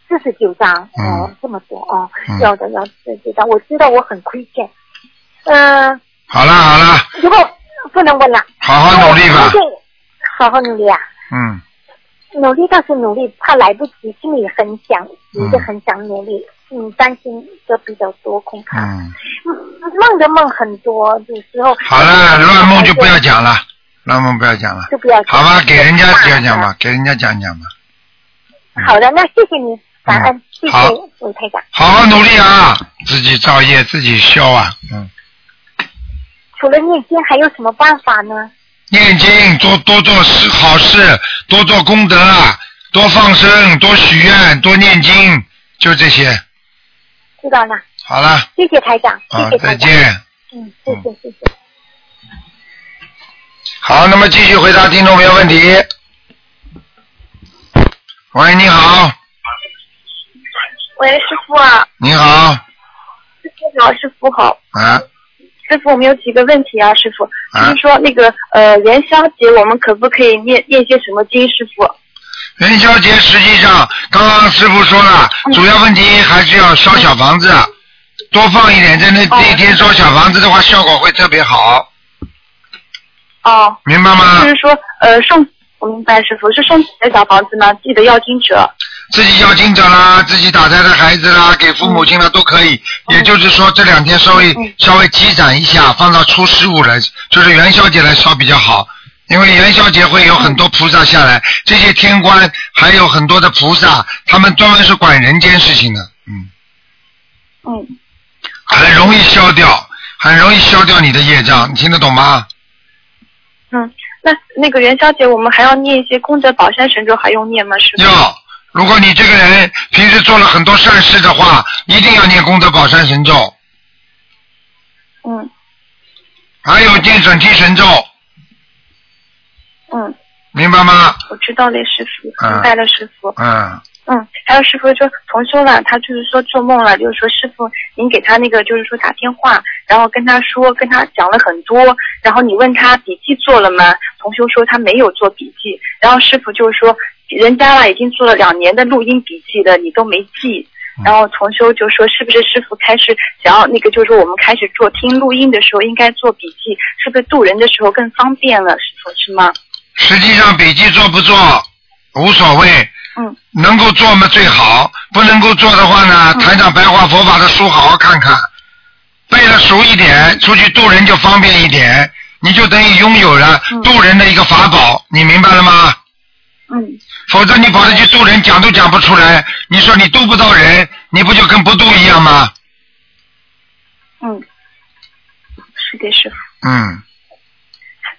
Speaker 2: 四十九张，
Speaker 1: 嗯
Speaker 2: 哦，这么多哦
Speaker 1: 嗯，
Speaker 2: 要的要四十九张，我知道我很亏欠，嗯，
Speaker 1: 好了好了，
Speaker 2: 如果不能问了，
Speaker 1: 好好努力
Speaker 2: 我
Speaker 1: 吧
Speaker 2: 最，近，好好努力啊，
Speaker 1: 嗯，
Speaker 2: 努力倒是努力，怕来不及，心里很想，一直很想努力，嗯，担心的比较多，恐怕
Speaker 1: 嗯，
Speaker 2: 嗯梦的梦很多，有时候
Speaker 1: 好了，乱梦就不要，讲了，乱梦不要讲了，
Speaker 2: 就不要讲，
Speaker 1: 好吧，给人家
Speaker 2: 就怕
Speaker 1: 讲讲
Speaker 2: 了
Speaker 1: 吧，给人家讲讲吧，
Speaker 2: 好的，那谢谢你，感恩，谢
Speaker 1: 嗯
Speaker 2: 谢
Speaker 1: 好
Speaker 2: 吴台长。
Speaker 1: 好好努力啊，自己造业自己消啊，嗯，
Speaker 2: 除了念经，还有什么办法呢？
Speaker 1: 念经多多做事好事，多做功德，啊多放生，多许愿，多念经，就这些，
Speaker 2: 知道了，
Speaker 1: 好了，
Speaker 2: 谢谢台长，谢
Speaker 1: 啊再
Speaker 2: 谢，台长。
Speaker 1: 见。
Speaker 2: 嗯，谢谢，谢谢。
Speaker 1: 好，那么继续回答听众朋友问题。喂，你好，
Speaker 5: 喂，师傅啊，
Speaker 1: 你好，
Speaker 5: 师傅好，师傅好，
Speaker 1: 啊，
Speaker 5: 师傅，我们有几个问题啊，师傅，
Speaker 1: 啊
Speaker 5: 就是说那个呃元宵节我们可不可以念念些什么经，师傅？
Speaker 1: 元宵节实际上，刚刚师傅说了，
Speaker 5: 嗯
Speaker 1: 主要问题还是要烧小房子，多放一点，在那这一天烧小房子的话，效果会特别好，
Speaker 5: 哦，
Speaker 1: 明白吗
Speaker 5: 就？是说呃送，我明白师傅是送几个小房子呢，记得要经者。
Speaker 1: 自己要经者啦，自己打胎的孩子啦，给父母亲啦都可以。也就是说，这两天稍微稍微积攒一下，放到初十五来，就是元宵节来烧比较好。因为元宵节会有很多菩萨下来，这些天官还有很多的菩萨，他们专门是管人间事情的，嗯，
Speaker 5: 嗯，
Speaker 1: 很容易消掉，很容易消掉你的业障，你听得懂吗？
Speaker 5: 那那个元宵节我们还要念一些功德宝山神咒，还用念吗，
Speaker 2: 嗯
Speaker 5: 师傅？
Speaker 1: 要，如果你这个人平时做了很多善事的话，一定要念功德宝山神咒，
Speaker 5: 嗯
Speaker 1: 还有念准提神咒，
Speaker 5: 嗯，
Speaker 1: 明白吗？
Speaker 5: 我知道了，师傅，
Speaker 1: 嗯
Speaker 5: 明白了，师傅。
Speaker 1: 嗯，
Speaker 5: 嗯，还有师傅说同修了，他就是说做梦了，就是说师傅您给他那个就是说打电话，然后跟他说跟他讲了很多，然后你问他笔记做了吗？同修说他没有做笔记，然后师傅就说人家啦已经做了两年的录音笔记了，你都没记。然后同修就说：“是不是师傅开始想要那个？就是说我们开始做听录音的时候，应该做笔记，是不是渡人的时候更方便了？师傅是吗？
Speaker 1: 实际上笔记做不做无所谓，
Speaker 5: 嗯，
Speaker 1: 能够做嘛最好，不能够做的话呢，台长白话佛法的书好好看看，背了熟一点，出去渡人就方便一点，你就等于拥有了渡人的一个法宝，你明白了吗？
Speaker 5: 嗯，
Speaker 1: 否则你跑着去渡人，讲都讲不出来，你说你渡不到人，你不就跟不渡一样吗？
Speaker 5: 嗯，是的，师傅。”
Speaker 1: 嗯，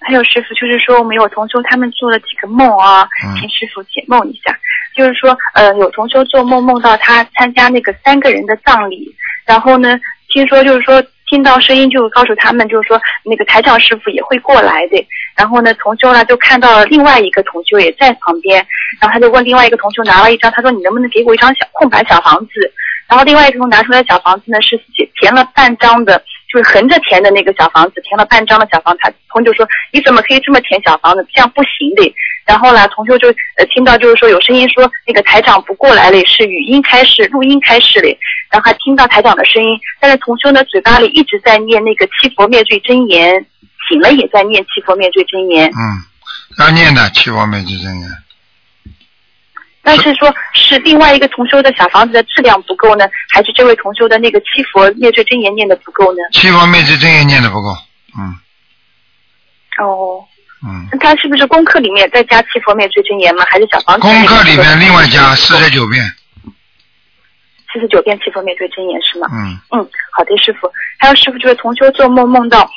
Speaker 5: 还有师傅，就是说我们有同修他们做了几个梦啊
Speaker 1: 嗯，
Speaker 5: 请师傅解梦一下。就是说，呃，有同修做梦梦到他参加那个三个人的葬礼，然后呢，听说就是说听到声音就告诉他们，就是说那个台长师傅也会过来的。然后呢，同修呢就看到了另外一个同修也在旁边，然后他就问另外一个同修拿了一张，他说你能不能给我一张小空白小房子？然后另外一个同修拿出来的小房子呢是写填了半张的，就是横着填的那个小房子，填了半张的小房子，他同学就说你怎么可以这么填小房子，这样不行的。然后呢，同学就呃听到就是说有声音说那个台长不过来了，是语音开始录音开始嘞，然后还听到台长的声音，但是同修呢嘴巴里一直在念那个七佛灭罪真言，醒了也在念七佛灭罪真言，
Speaker 1: 嗯，要念的七佛灭罪真言，
Speaker 5: 但是说是另外一个同修的小房子的质量不够呢，还是这位同修的那个七佛灭罪真言念的不够呢？
Speaker 1: 七佛灭罪真言念的不够，嗯
Speaker 5: 哦，
Speaker 1: 嗯。
Speaker 5: 那他是不是功课里面再加七佛灭罪真言吗？还是小房子
Speaker 1: 功课里面另外加四十九遍，
Speaker 5: 四十九遍七佛灭罪真言是吗？
Speaker 1: 嗯
Speaker 5: 嗯，好的，师傅。还有师傅，就是同修做梦梦到，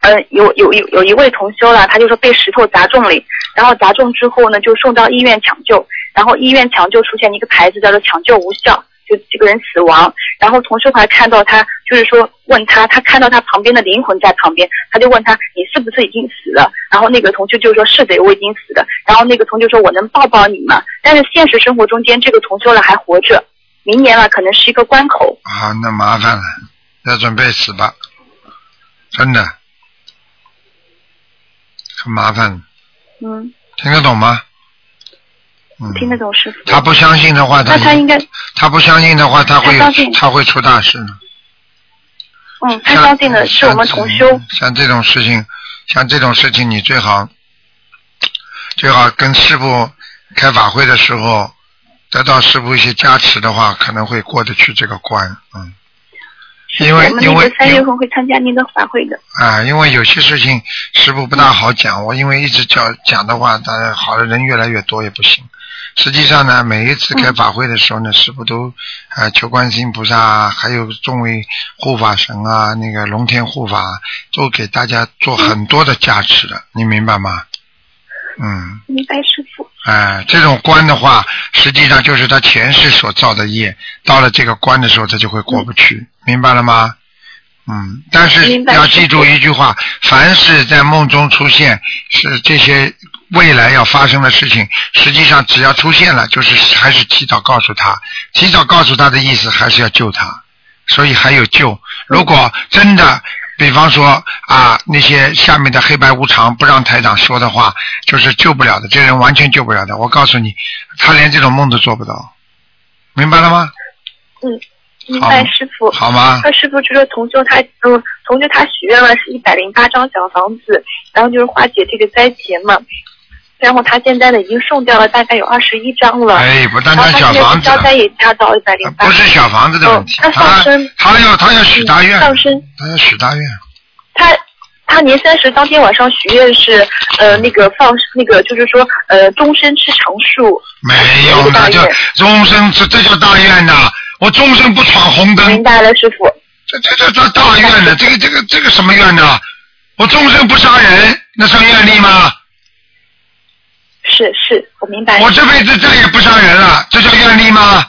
Speaker 5: 呃，有有有有一位同修啦，他就说被石头砸中了，然后砸中之后呢，就送到医院抢救，然后医院抢救出现一个牌子叫做“抢救无效”，就这个人死亡。然后同修还看到他，就是说问他，他看到他旁边的灵魂在旁边，他就问他你是不是已经死了？然后那个同修就说是的，我已经死了。然后那个同修说我能抱抱你吗？但是现实生活中间，这个同修了还活着，明年了啊可能是一个关口。
Speaker 1: 啊，那麻烦了，要准备死吧，真的，很麻烦，
Speaker 5: 嗯。
Speaker 1: 听得懂吗？嗯，
Speaker 5: 听得。懂师傅。
Speaker 1: 他不相信的话，
Speaker 5: 那他应该，
Speaker 1: 他不相信的话，他会有
Speaker 5: 他相信
Speaker 1: 他会出大事的。
Speaker 5: 嗯，他相信的是我们同修。
Speaker 1: 像这种事情，像这种事情，你最好最好跟师傅开法会的时候，得到师傅一些加持的话，可能会过得去这个关。嗯，因为
Speaker 5: 我们
Speaker 1: 因
Speaker 5: 那
Speaker 1: 为
Speaker 5: 个三月份会参加您的法会的。
Speaker 1: 啊，因为有些事情师傅不大好讲，我因为一直讲讲的话，当然好的人越来越多也不行。实际上呢，每一次开法会的时候呢，师傅都啊、求观世音菩萨啊，还有众位护法神啊，那个龙天护法啊都给大家做很多的加持的，你明白吗？嗯，
Speaker 5: 明白师傅。
Speaker 1: 哎，这种关的话，实际上就是他前世所造的业，到了这个关的时候，他就会过不去，明白了吗？嗯，但是
Speaker 5: 嗯明白
Speaker 1: 要记住一句话：凡是在梦中出现，是这些未来要发生的事情，实际上只要出现了，就是还是提早告诉他，提早告诉他的意思还是要救他。所以还有救。
Speaker 5: 嗯
Speaker 1: 如果真的，比方说啊，那些下面的黑白无常不让台长说的话，就是救不了的，这人完全救不了的。我告诉你，他连这种梦都做不到，明白了吗？
Speaker 5: 明白师傅。
Speaker 1: 好吗？
Speaker 5: 那师傅就说同修他，嗯，同修他许愿了是一百零八张小房子，然后就是化解这个灾劫嘛。然后他现在呢已经送掉了大概有二十一张了。
Speaker 1: 哎，不单
Speaker 5: 然
Speaker 1: 单
Speaker 5: 后他
Speaker 1: 小
Speaker 5: 现在
Speaker 1: 房子
Speaker 5: 消灾
Speaker 1: 了，呃
Speaker 5: 也加到一百零八
Speaker 1: 不。是小房子的问题，
Speaker 5: 哦他放生
Speaker 1: 他他要他要许大愿，
Speaker 5: 嗯放生
Speaker 1: 他要许大愿，
Speaker 5: 他他年三十当天晚上许愿是，呃，那个放那个就是说，呃，终身吃长树。
Speaker 1: 没有，
Speaker 5: 许大
Speaker 1: 那叫
Speaker 5: 愿
Speaker 1: 终身这这叫大愿呐、我终身不闯红灯，
Speaker 5: 明白了，师傅。
Speaker 1: 这这这这大愿呢？这个这个这个什么愿呢？我终身不杀人，那算愿力吗？
Speaker 5: 是是，我明白。
Speaker 1: 我这辈子再也不杀人了，这叫愿力吗？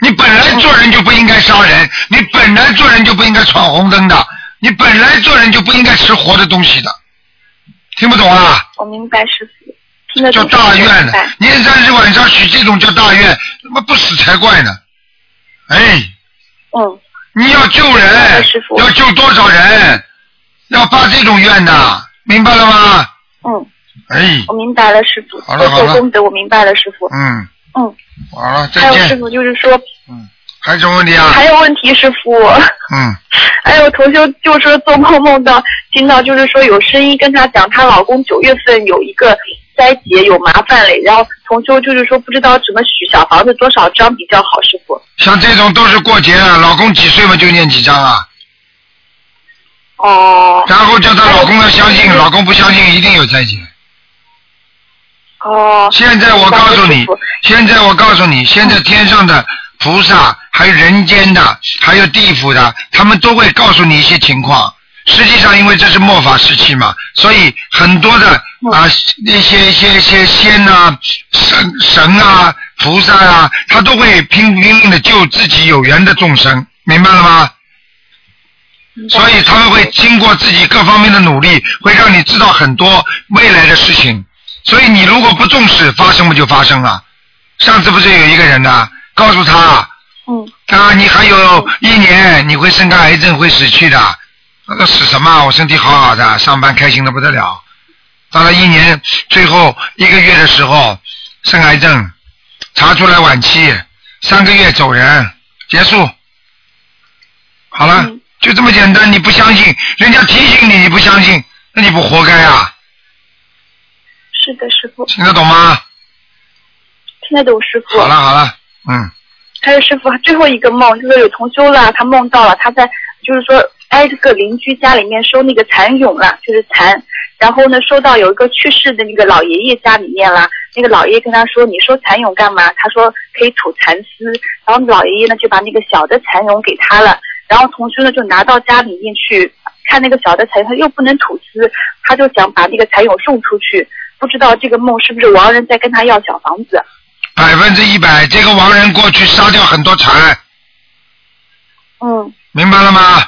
Speaker 1: 你本来做人就不应该杀人，你本来做人就不应该闯红灯的，你本来做人就不应该吃活的东西的，听不懂啊？
Speaker 5: 我明白师傅，听得
Speaker 1: 叫
Speaker 5: 懂。
Speaker 1: 大
Speaker 5: 我
Speaker 1: 愿
Speaker 5: 明
Speaker 1: 呢
Speaker 5: 白，
Speaker 1: 年三十晚上许这种叫大愿，他妈不死才怪呢！哎，
Speaker 5: 嗯，
Speaker 1: 你要救
Speaker 5: 白
Speaker 1: 人
Speaker 5: 师，傅
Speaker 1: 要救多少人？要发这种愿呐，明白了吗？
Speaker 5: 嗯，
Speaker 1: 哎
Speaker 5: 我，明白了，师傅。
Speaker 1: 好了好
Speaker 5: 多
Speaker 1: 了
Speaker 5: 做功德，我明白了，师傅。
Speaker 1: 嗯，
Speaker 5: 嗯，
Speaker 1: 好了，
Speaker 5: 还
Speaker 1: 再
Speaker 5: 有师
Speaker 1: 见。嗯
Speaker 5: 傅就是说，
Speaker 1: 还有什么问题啊？
Speaker 5: 还有问题，师傅。
Speaker 1: 嗯，
Speaker 5: 还有同修就是说做梦梦到听到就是说有声音跟她讲，她老公九月份有一个灾劫，有麻烦嘞。然后同修就是说不知道怎么许小房子多少张比较好，师傅。
Speaker 1: 像这种都是过节啊，老公几岁嘛就念几张啊，
Speaker 5: 哦
Speaker 1: 然后叫她老公要相信，
Speaker 5: 哎
Speaker 1: 老公不相信一定有灾劫。
Speaker 5: 哦，
Speaker 1: 现在我告诉
Speaker 5: 明白了
Speaker 1: 你
Speaker 5: 师傅，
Speaker 1: 现在我告诉你，现在天上的菩萨，还有人间的，还有地府的，他们都会告诉你一些情况。实际上，因为这是末法时期嘛，所以很多的啊，一些一些一些仙呐、神神啊、菩萨啊，他都会拼拼命的救自己有缘的众生，明白了吗？所以他们会经过自己各方面的努力，会让你知道很多未来的事情。所以你如果不重视，发生不就发生了？上次不是有一个人呐、告诉他
Speaker 5: 嗯，
Speaker 1: 啊，你还有一年，你会生个癌症，会死去的。那个死什么啊？我身体好好的，上班开心的不得了。到了一年最后一个月的时候，生癌症，查出来晚期，三个月走人，结束。好了，
Speaker 5: 嗯
Speaker 1: 就这么简单。你不相信，人家提醒你，你不相信，那你不活该啊？
Speaker 5: 是的，师傅，
Speaker 1: 听得懂吗？
Speaker 5: 听得懂师傅。
Speaker 1: 好了好了，嗯，
Speaker 5: 还有师傅最后一个梦，就是有同修了，他梦到了他在就是说挨着个邻居家里面收那个蚕蛹了，就是蚕。然后呢，收到有一个去世的那个老爷爷家里面了，那个老爷爷跟他说：“你收蚕蛹干嘛？”他说：“可以吐蚕丝。”然后老爷爷呢就把那个小的蚕蛹给他了，然后同修呢就拿到家里面去看那个小的蚕蛹，他又不能吐丝，他就想把那个蚕蛹送出去。不知道这个梦是不是王人在跟他要小房子？
Speaker 1: 百分之一百，这个亡人过去杀掉很多蚕，
Speaker 5: 嗯，
Speaker 1: 明白了吗？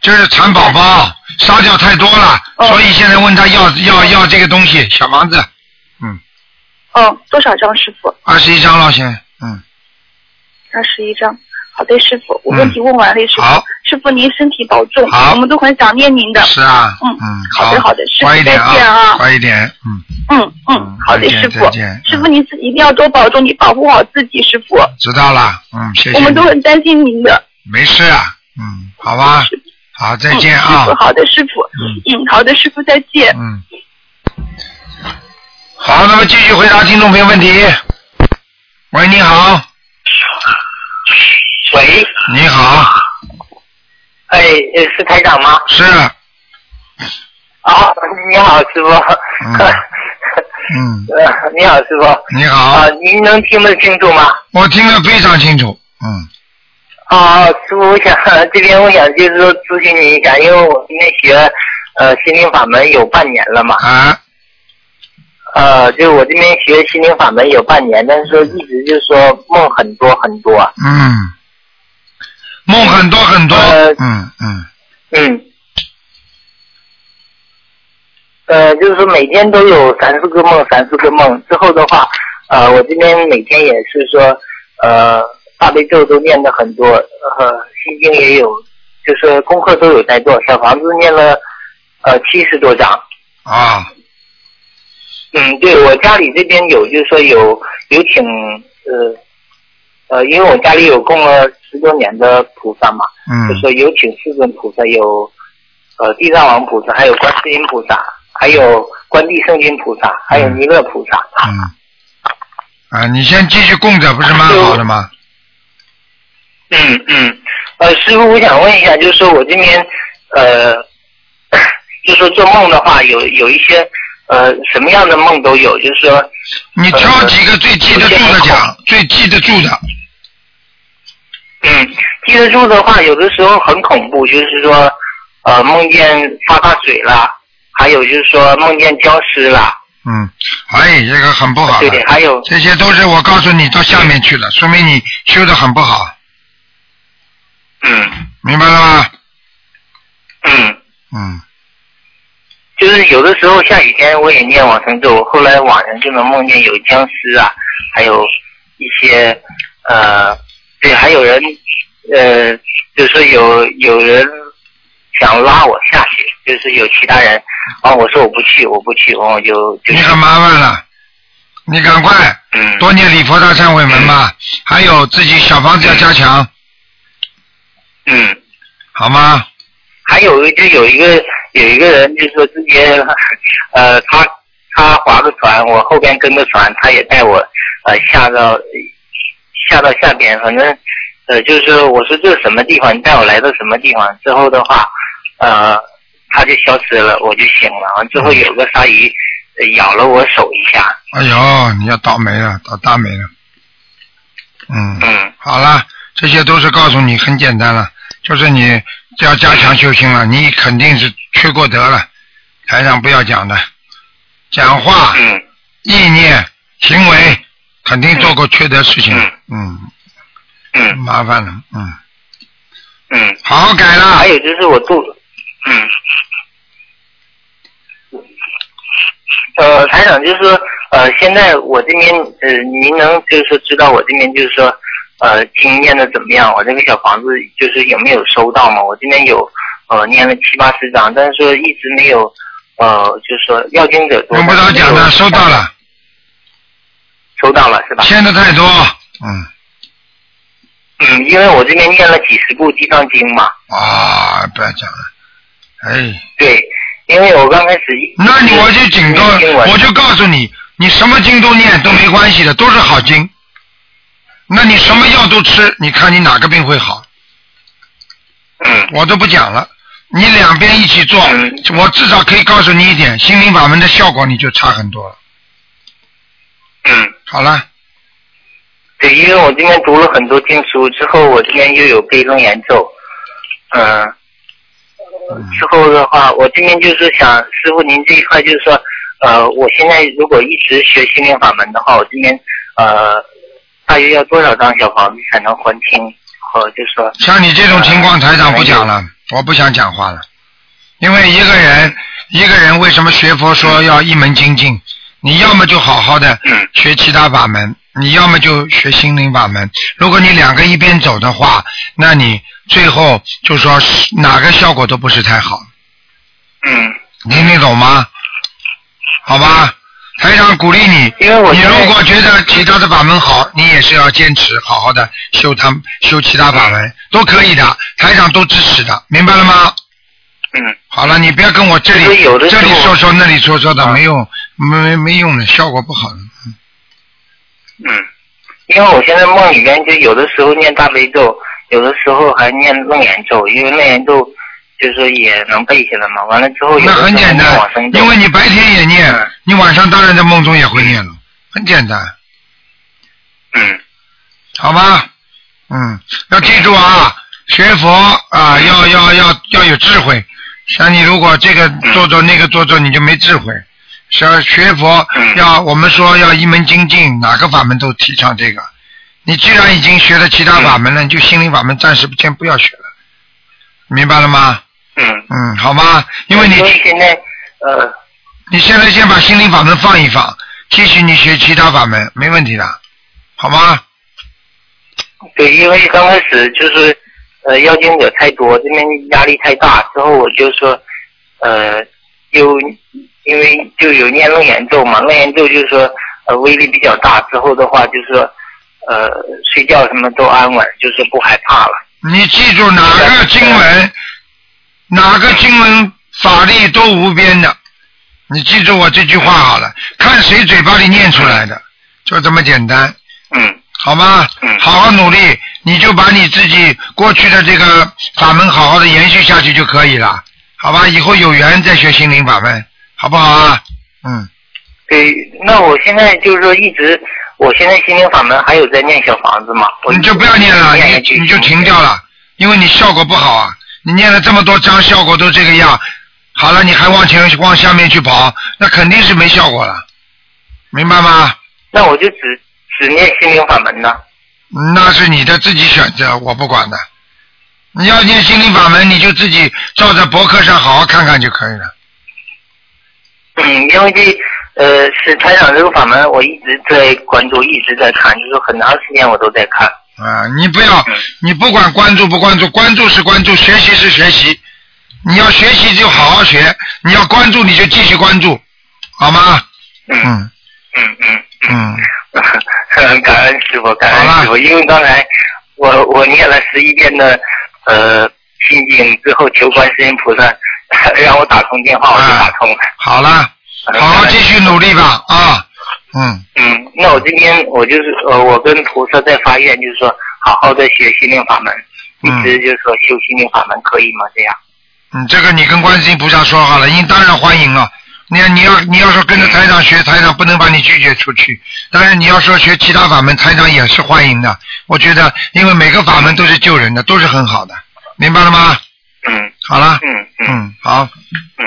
Speaker 1: 就是蚕宝宝杀掉太多了，
Speaker 5: 哦
Speaker 1: 所以现在问他要要要这个东西，小房子，嗯，
Speaker 5: 哦，多少张师傅？
Speaker 1: 二十一张了先，嗯，
Speaker 5: 二十一张。好的，师傅，我
Speaker 1: 嗯
Speaker 5: 问题问完了，师傅
Speaker 1: 好。
Speaker 5: 师傅您身体保重，
Speaker 1: 好
Speaker 5: 我们都很想念您的。
Speaker 1: 是啊，
Speaker 5: 嗯
Speaker 1: 嗯，
Speaker 5: 好的好的师傅
Speaker 1: 快一点
Speaker 5: 再见啊
Speaker 1: 快一点，嗯，
Speaker 5: 嗯
Speaker 1: 嗯
Speaker 5: 嗯，好的，
Speaker 1: 再见
Speaker 5: 师傅
Speaker 1: 再见。嗯
Speaker 5: 师傅您自己一定要多保重，你保护好自己，师傅。
Speaker 1: 知道了，嗯，谢谢
Speaker 5: 我
Speaker 1: 你，
Speaker 5: 们都很担心您的。
Speaker 1: 没事啊，嗯，好吧，好，再
Speaker 5: 嗯
Speaker 1: 见啊
Speaker 5: 师傅，，好的，师傅。嗯，好的，师傅，再见。
Speaker 1: 嗯，好，那么继续回答听众朋友问题。喂，你好，
Speaker 6: 喂，
Speaker 1: 你好，
Speaker 6: 哎，呃是台长吗？
Speaker 1: 是，
Speaker 6: 啊、 你好，师傅。
Speaker 1: 嗯嗯，
Speaker 6: 呃你好，师傅。
Speaker 1: 你
Speaker 6: 啊、
Speaker 1: 好，
Speaker 6: 您能听得清楚吗？
Speaker 1: 我听得非常清楚，嗯，
Speaker 6: 啊、师傅，我想这边我想就是说咨询您一下，因为我今天学呃心灵法门有半年了嘛，
Speaker 1: 啊，
Speaker 6: 呃，就是我这边学心灵法门有半年，但是说一直就是说梦很多很多，啊
Speaker 1: 嗯，梦很多很多
Speaker 6: 呃，
Speaker 1: 嗯嗯，
Speaker 6: 嗯。呃，就是说每天都有三四个梦，三四个梦。之后的话，呃，我这边每天也是说，呃，大悲咒都念的很多，呃，心经也有，就是功课都有在做，小房子念了呃七十多张。
Speaker 1: 啊，
Speaker 6: 嗯，对我家里这边有，就是说有有请呃呃，因为我家里有供了十多年的菩萨嘛，就
Speaker 1: 嗯
Speaker 6: 说有请四尊菩萨，有呃地藏王菩萨，还有观世音菩萨，还有观地圣君菩萨，还有弥勒菩萨。
Speaker 1: 嗯，啊，你先继续供着，不是蛮好的吗？
Speaker 6: 嗯嗯，呃，师傅，我想问一下，就是说我这边呃，就是说做梦的话，有有一些呃什么样的梦都有，就是说嗯
Speaker 1: 你挑几个最记得住的讲，最记得住的，
Speaker 6: 嗯，记得住的话，有的时候很恐怖，就是说呃梦见发大水了，还有就是说梦见僵尸了，
Speaker 1: 嗯，哎，这个很不好的。
Speaker 6: 对，还有
Speaker 1: 这些都是我告诉你到下面去了，说明你修的很不好，
Speaker 6: 嗯
Speaker 1: 明白了吗？
Speaker 6: 嗯。
Speaker 1: 嗯，
Speaker 6: 就是有的时候下雨天我也念往生咒，后来晚上就能梦见有僵尸啊，还有一些呃，对，还有人呃，就是有有人想拉我下去，就是有其他人，完、我说我不去，我不去，完、我就就
Speaker 1: 你
Speaker 6: 是
Speaker 1: 很麻烦了，你赶快
Speaker 6: 嗯
Speaker 1: 多念礼佛大忏悔文吧，还有自己小房子要加强，
Speaker 6: 嗯，
Speaker 1: 好吗？
Speaker 6: 还有就有一个有一个人就是说之前呃，他他划个船，我后边跟个船，他也带我呃下到下到下边，反正呃就是说我说这是什么地方，你带我来到什么地方之后的话，呃他就消失了，我就醒了，完之后有个鲨鱼呃咬了我手一下，
Speaker 1: 哎呦，你要倒霉了，倒大霉了。嗯，
Speaker 6: 嗯
Speaker 1: 好了，这些都是告诉你很简单了，就是你要加强修心了，你肯定是缺过德了，台上不要讲的，讲话。
Speaker 6: 嗯
Speaker 1: 意念、行为，肯定做过缺德事情，嗯，
Speaker 6: 嗯
Speaker 1: 麻烦了，嗯，
Speaker 6: 嗯，
Speaker 1: 好好改
Speaker 6: 还
Speaker 1: 了，
Speaker 6: 有就是我肚子，嗯。呃，台长就是说，呃，现在我这边，呃，您能就是说知道我这边就是说，呃经念的怎么样？我这个小房子就是有没有收到嘛？我这边有呃念了七八十张，但是说一直没有呃，就是说要经者多。
Speaker 1: 用不着讲的，
Speaker 6: 但是没有
Speaker 1: 收到，了，
Speaker 6: 收到了是吧？
Speaker 1: 欠的太多，嗯
Speaker 6: 嗯，因为我这边念了几十部地藏经嘛，
Speaker 1: 啊，不要讲了，哎，
Speaker 6: 对，因为我刚开始一嗯
Speaker 1: 那你我就警告
Speaker 6: 没有经，文
Speaker 1: 我就告诉你，你什么经都念都没关系的，都是好经。那你什么药都吃，你看你哪个病会好？
Speaker 6: 嗯
Speaker 1: 我都不讲了，你两边一起做
Speaker 6: 嗯，
Speaker 1: 我至少可以告诉你一点，心灵法门的效果你就差很多了。
Speaker 6: 嗯，
Speaker 1: 好了，
Speaker 6: 对，因为我这边读了很多经书之后，我这边又有被楞严咒，嗯、
Speaker 1: 嗯
Speaker 6: 之后的话，我这边就是想，师傅您这一块就是说，呃，我现在如果一直学心灵法门的话，我这边呃，大约要多少张小房子才能还清？和就是说，
Speaker 1: 像你这种情况，台长不讲了，我不想讲话了，因为一个人一个人为什么学佛说要一门精进？你要么就好好的
Speaker 6: 嗯
Speaker 1: 学其他法门，你要么就学心灵法门。如果你两个一边走的话，那你最后就说是哪个效果都不是太好。
Speaker 6: 嗯，
Speaker 1: 你听得懂吗？好吧，台长鼓励你，
Speaker 6: 因为我
Speaker 1: 你
Speaker 6: 现在
Speaker 1: 如果觉得其他的法门好，你也是要坚持好好的修他们修其他法门都可以的，台长都支持的，明白了吗？
Speaker 6: 嗯
Speaker 1: 好了，你不要跟我这里
Speaker 6: 就是有的时
Speaker 1: 这
Speaker 6: 候
Speaker 1: 里说说那里说说的，
Speaker 6: 啊
Speaker 1: 没用，没没用的，效果不好的。
Speaker 6: 嗯，因为我现在梦里面就有的时候念大悲咒，有的时候还念楞严咒，因为楞严咒就是说也能背下来嘛。完了之后有
Speaker 1: 那
Speaker 6: 的时候
Speaker 1: 很简单
Speaker 6: 往生，咒
Speaker 1: 因为你白天也念
Speaker 6: 嗯，
Speaker 1: 你晚上当然在梦中也会念了，很简单。
Speaker 6: 嗯
Speaker 1: 好吧，嗯，要记住啊，学佛啊，要要要要有智慧。像你如果这个做做那个做做，你就没智慧。像学佛
Speaker 6: 嗯
Speaker 1: 要我们说要一门精进，哪个法门都提倡这个。你既然已经学了其他法门了，你就心灵法门暂时先不要学了，明白了吗？
Speaker 6: 嗯，
Speaker 1: 嗯，好吗？因为你
Speaker 6: 所以现在呃
Speaker 1: 你现在先把心灵法门放一放，继续你学其他法门，没问题的，好吗？
Speaker 6: 对，因为刚开始就是呃邀请者太多，这边压力太大，之后我就说呃又因为就有念楞严咒嘛，楞严咒就是说呃威力比较大，之后的话就是说呃睡觉什么都安稳，就是不害怕了。
Speaker 1: 你记住哪个经文，哪个经文法力都无边的。你记住我这句话好了，看谁嘴巴里念出来的，就这么简单，
Speaker 6: 嗯
Speaker 1: 好吗
Speaker 6: 嗯？
Speaker 1: 好好努力，你就把你自己过去的这个法门好好的延续下去就可以了，好吧？以后有缘再学心灵法门，好不好啊？嗯，，
Speaker 6: 对，那我现在就是说一直，我现在心灵法门还有在念小房子嘛，我
Speaker 1: 你就不要念了，
Speaker 6: 念
Speaker 1: 你你就停掉。了，因为你效果不好啊。你念了这么多章，效果都这个样，好了，你还往前往下面去跑，那肯定是没效果了，明白吗？
Speaker 6: 那我就只只念心灵法门呢。
Speaker 1: 那是你的自己选择，我不管的。你要念心灵法门，你就自己照着博客上好好看看就可以了。
Speaker 6: 嗯，因为这呃是台长这个法门，我一直在关注，一直在看，就是很长时间我都在看。
Speaker 1: 啊，你不要，你不管关注不关注，关注是关注，学习是学习。你要学习就好好学，你要关注你就继续关注，好吗？
Speaker 6: 嗯
Speaker 1: 嗯
Speaker 6: 嗯嗯
Speaker 1: 嗯。
Speaker 6: 嗯， 感恩师傅，感
Speaker 1: 好
Speaker 6: 恩
Speaker 1: 了
Speaker 6: 师傅，因为刚才我我念了十一遍的呃心经之后，求观世音菩萨 让我打通电话，我就打通了。
Speaker 1: 好了，好啊好继续努力吧啊，嗯，
Speaker 6: 嗯，那我这边我就是呃，我跟菩萨在发愿，就是说好好的学心灵法门，一
Speaker 1: 嗯
Speaker 6: 直就是说修心灵法门可以吗？这样？
Speaker 1: 你嗯这个你跟观世音菩萨说好了，你当然欢迎了。你你要你要说跟着台长学，台长不能把你拒绝出去。但是你要说学其他法门，台长也是欢迎的。我觉得，因为每个法门都是救人的，都是很好的，明白了吗？
Speaker 6: 嗯
Speaker 1: 好了，
Speaker 6: 嗯嗯
Speaker 1: 嗯，好，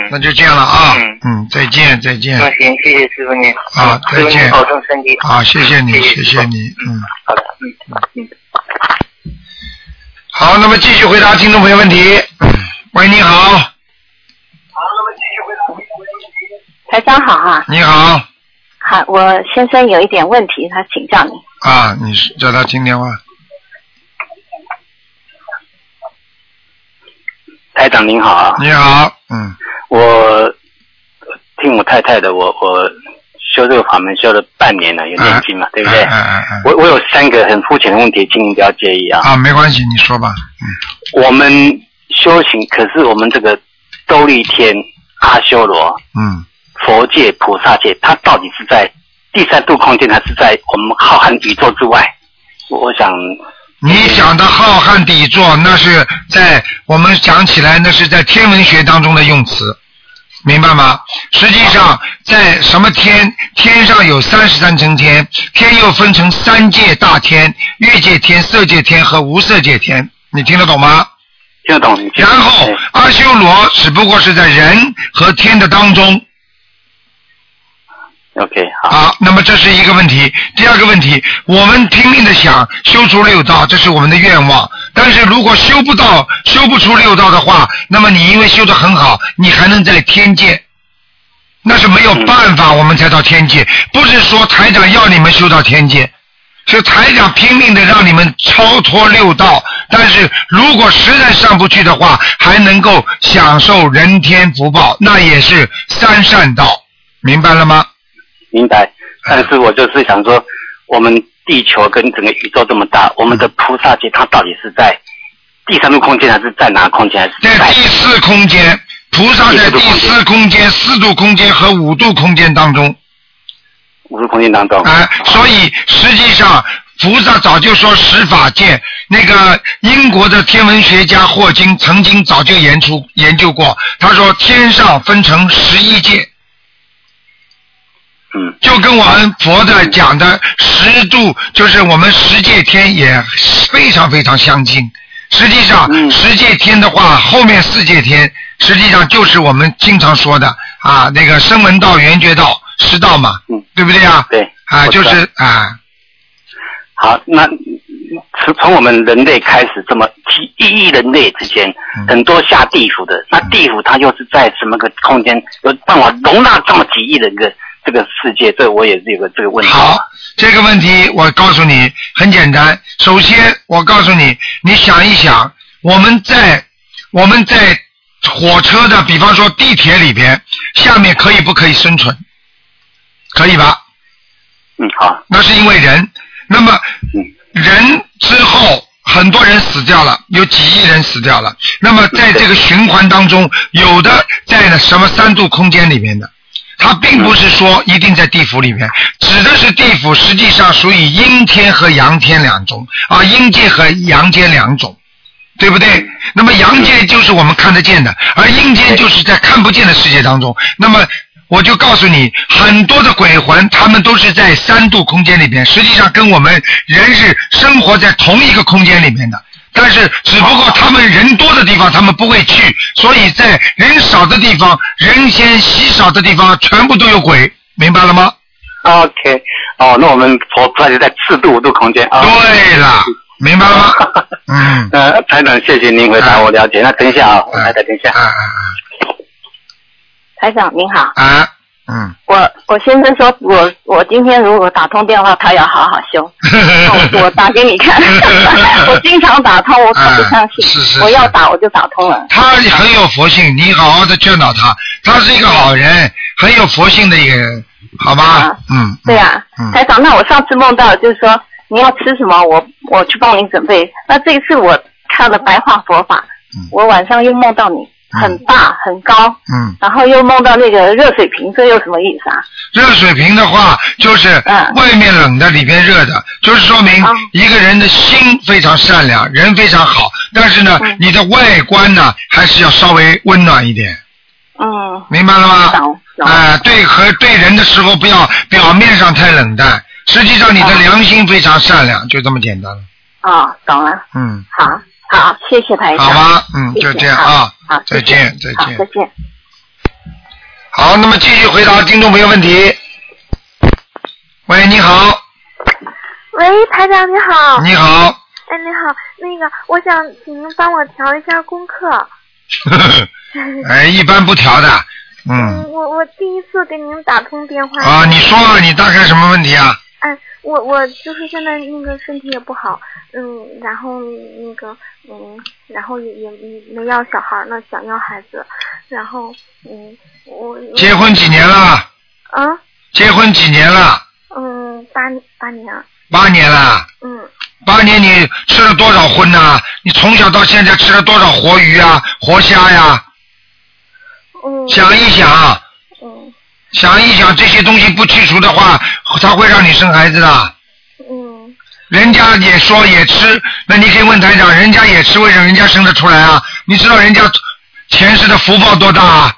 Speaker 1: 那
Speaker 6: 嗯。
Speaker 1: 就这样了啊
Speaker 6: 嗯，
Speaker 1: 嗯，再见，再见，
Speaker 6: 那行，谢谢师傅您。
Speaker 1: 啊
Speaker 6: 师傅
Speaker 1: 再见
Speaker 6: 您保重身体。
Speaker 1: 啊，谢谢你，谢
Speaker 6: 谢
Speaker 1: 谢
Speaker 6: 你。
Speaker 1: 你，嗯。
Speaker 6: 好的，嗯。
Speaker 1: 好，那么继续回答听众朋友问题。喂，你好，
Speaker 7: 台长好啊，
Speaker 1: 你好，
Speaker 7: 好，我先生有一点问题，他请教你。
Speaker 1: 啊，你是叫他听电话。
Speaker 8: 台长您好啊，
Speaker 1: 你好，嗯，
Speaker 8: 我听我太太的，我我修这个法门修了半年了，有念经嘛，对不对？
Speaker 1: 嗯嗯嗯，
Speaker 8: 我我有三个很肤浅的问题，请您不要介意啊。
Speaker 1: 啊，没关系，你说吧，嗯
Speaker 8: 我们修行，可是我们这个兜率天、阿修罗、
Speaker 1: 嗯，
Speaker 8: 佛界、菩萨界，它到底是在第三度空间，还是在我们浩瀚宇宙之外？我我想
Speaker 1: 你讲的浩瀚底座，那是在我们讲起来，那是在天文学当中的用词，明白吗？实际上，在什么天？天上有三十三层天，天又分成三界大天、欲界天、色界天和无色界天，你听得懂吗？
Speaker 8: 听得懂？你听
Speaker 1: 然
Speaker 8: 得懂
Speaker 1: 后
Speaker 8: 哎
Speaker 1: 阿修罗只不过是在人和天的当中，
Speaker 8: OK 好，
Speaker 1: 好，那么这是一个问题。第二个问题，我们拼命的想修出六道，这是我们的愿望。但是如果修不到、修不出六道的话，那么你因为修得很好，你还能在天界，那是没有办法，我们才到天界。不是说台长要你们修到天界，是台长拼命的让你们超脱六道。但是如果实在上不去的话，还能够享受人天福报，那也是三善道，明白了吗？
Speaker 8: 明白。但是我就是想说，我们地球跟整个宇宙这么大，我们的菩萨界它到底是在第三度空间，还是在哪个空间？还是
Speaker 1: 在
Speaker 8: 在
Speaker 1: 第四空间，菩萨在第四空间、四度空间和五度空间当中，
Speaker 8: 五度空间当中？
Speaker 1: 啊、所以实际上菩萨早就说十法界。那个英国的天文学家霍金曾经早就研出研究过，他说天上分成十一界，
Speaker 8: 嗯，
Speaker 1: 就跟我们佛的讲的十度，就是我们十界天也非常非常相近。实际上，
Speaker 8: 嗯
Speaker 1: 十界天的话，后面四界天实际上就是我们经常说的啊，那个声闻道、缘觉道、十道嘛，
Speaker 8: 嗯
Speaker 1: 对不对啊？
Speaker 8: 对
Speaker 1: 啊，
Speaker 8: 我知
Speaker 1: 就
Speaker 8: 道
Speaker 1: 是啊，
Speaker 8: 好，那从从我们人类开始，这么几亿亿人类之间，
Speaker 1: 嗯
Speaker 8: 很多下地府的，那地府它又是在什么个空间，有办法容纳这么几亿人的这个世界？这我也是有个这个问题。
Speaker 1: 好，这个问题我告诉你很简单。首先，我告诉你，你想一想，我们在我们在火车的，比方说地铁里边，下面可以不可以生存？可以吧？
Speaker 8: 嗯，好，
Speaker 1: 那是因为人。那么人之后，很多人死掉了，有几亿人死掉了。那么在这个循环当中，有的在什么三度空间里面的，它并不是说一定在地府里面，指的是地府实际上属于阴天和阳天两种啊，阴界和阳间两种。对不对？那么阳间就是我们看得见的，而阴间就是在看不见的世界当中。那么我就告诉你，很多的鬼魂他们都是在三度空间里边，实际上跟我们人是生活在同一个空间里面的。但是，只不过他们人多的地方他们不会去，所以在人少的地方、人烟稀少的地方，全部都有鬼，明白了吗？
Speaker 8: OK，哦，那我们佛菩萨就在四度五度空间啊。
Speaker 1: 对了，明白了 吗？嗯，
Speaker 8: 呃，台长，谢谢您回答，我了解。那等一下啊，我来等一下。
Speaker 1: 啊啊
Speaker 7: 台长您好，
Speaker 1: 啊啊，嗯，
Speaker 7: 我我先生说我我今天如果打通电话，他要好好 修。那我我打给你看， 我经常打通，我可不相信，
Speaker 1: 啊 是是是
Speaker 7: 我要打我就打通了。
Speaker 1: 他很有佛性，你好好的劝导他，他是一个好人，很有佛性的一个人，好吧
Speaker 7: 啊？
Speaker 1: 嗯，
Speaker 7: 对呀、
Speaker 1: 嗯
Speaker 7: 台长，那我上次梦到就是说你要吃什么，我我去帮你准备。那这一次我看了白话佛法，
Speaker 1: 嗯
Speaker 7: 我晚上又梦到你，
Speaker 1: 嗯
Speaker 7: 很大很高，
Speaker 1: 嗯，
Speaker 7: 然后又梦到那个热水瓶，这有什么意思啊？
Speaker 1: 热水瓶的话，就是
Speaker 7: 嗯
Speaker 1: 外面冷的，里边热的，就是说明
Speaker 7: 啊
Speaker 1: 一个人的心非常善良，人非常好，但是呢
Speaker 7: 嗯，
Speaker 1: 你的外观呢，还是要稍微温暖一点，
Speaker 7: 嗯，
Speaker 1: 明白了吗？
Speaker 7: 懂懂。
Speaker 1: 啊、对和对人的时候，不要表面上太冷淡，实际上你的
Speaker 7: 啊
Speaker 1: 良心非常善良，就这么简单了。
Speaker 7: 哦，懂了。
Speaker 1: 嗯，
Speaker 7: 好，好，谢谢台长。
Speaker 1: 好吧，嗯，
Speaker 7: 谢谢
Speaker 1: 就这样啊，
Speaker 7: 好，
Speaker 1: 再见，再
Speaker 7: 好，
Speaker 1: 见
Speaker 7: 再。见。
Speaker 1: 好，那么继续回答听众朋友问题。喂，你好，
Speaker 9: 喂，台长你
Speaker 7: 哦
Speaker 9: 好。
Speaker 1: 你好，
Speaker 9: 哎，你好，那个，我想请您帮我调一下功课。
Speaker 1: 哎，一般不调的，嗯，
Speaker 9: 我我第一次给您打通电话。
Speaker 1: 啊，你说啊，你大概什么问题啊？
Speaker 9: 啊哎，我我就是现在那个身体也不好，嗯，然后那个嗯，然后也也没要小孩儿呢，想要孩子，然后嗯，我
Speaker 1: 结婚几年了？
Speaker 9: 啊？
Speaker 1: 结婚几年了？
Speaker 9: 嗯，八八年。
Speaker 1: 八年了。
Speaker 9: 嗯。
Speaker 1: 八年你吃了多少荤呐、你从小到现在吃了多少活鱼啊、活虾呀、
Speaker 9: 嗯。
Speaker 1: 想一想。
Speaker 9: 嗯
Speaker 1: 想一想这些东西不去除的话，它会让你生孩子的。
Speaker 9: 嗯。
Speaker 1: 人家也说也吃，那你可以问台长，人家也吃，为什么人家生得出来啊？你知道人家前世的福报多大啊？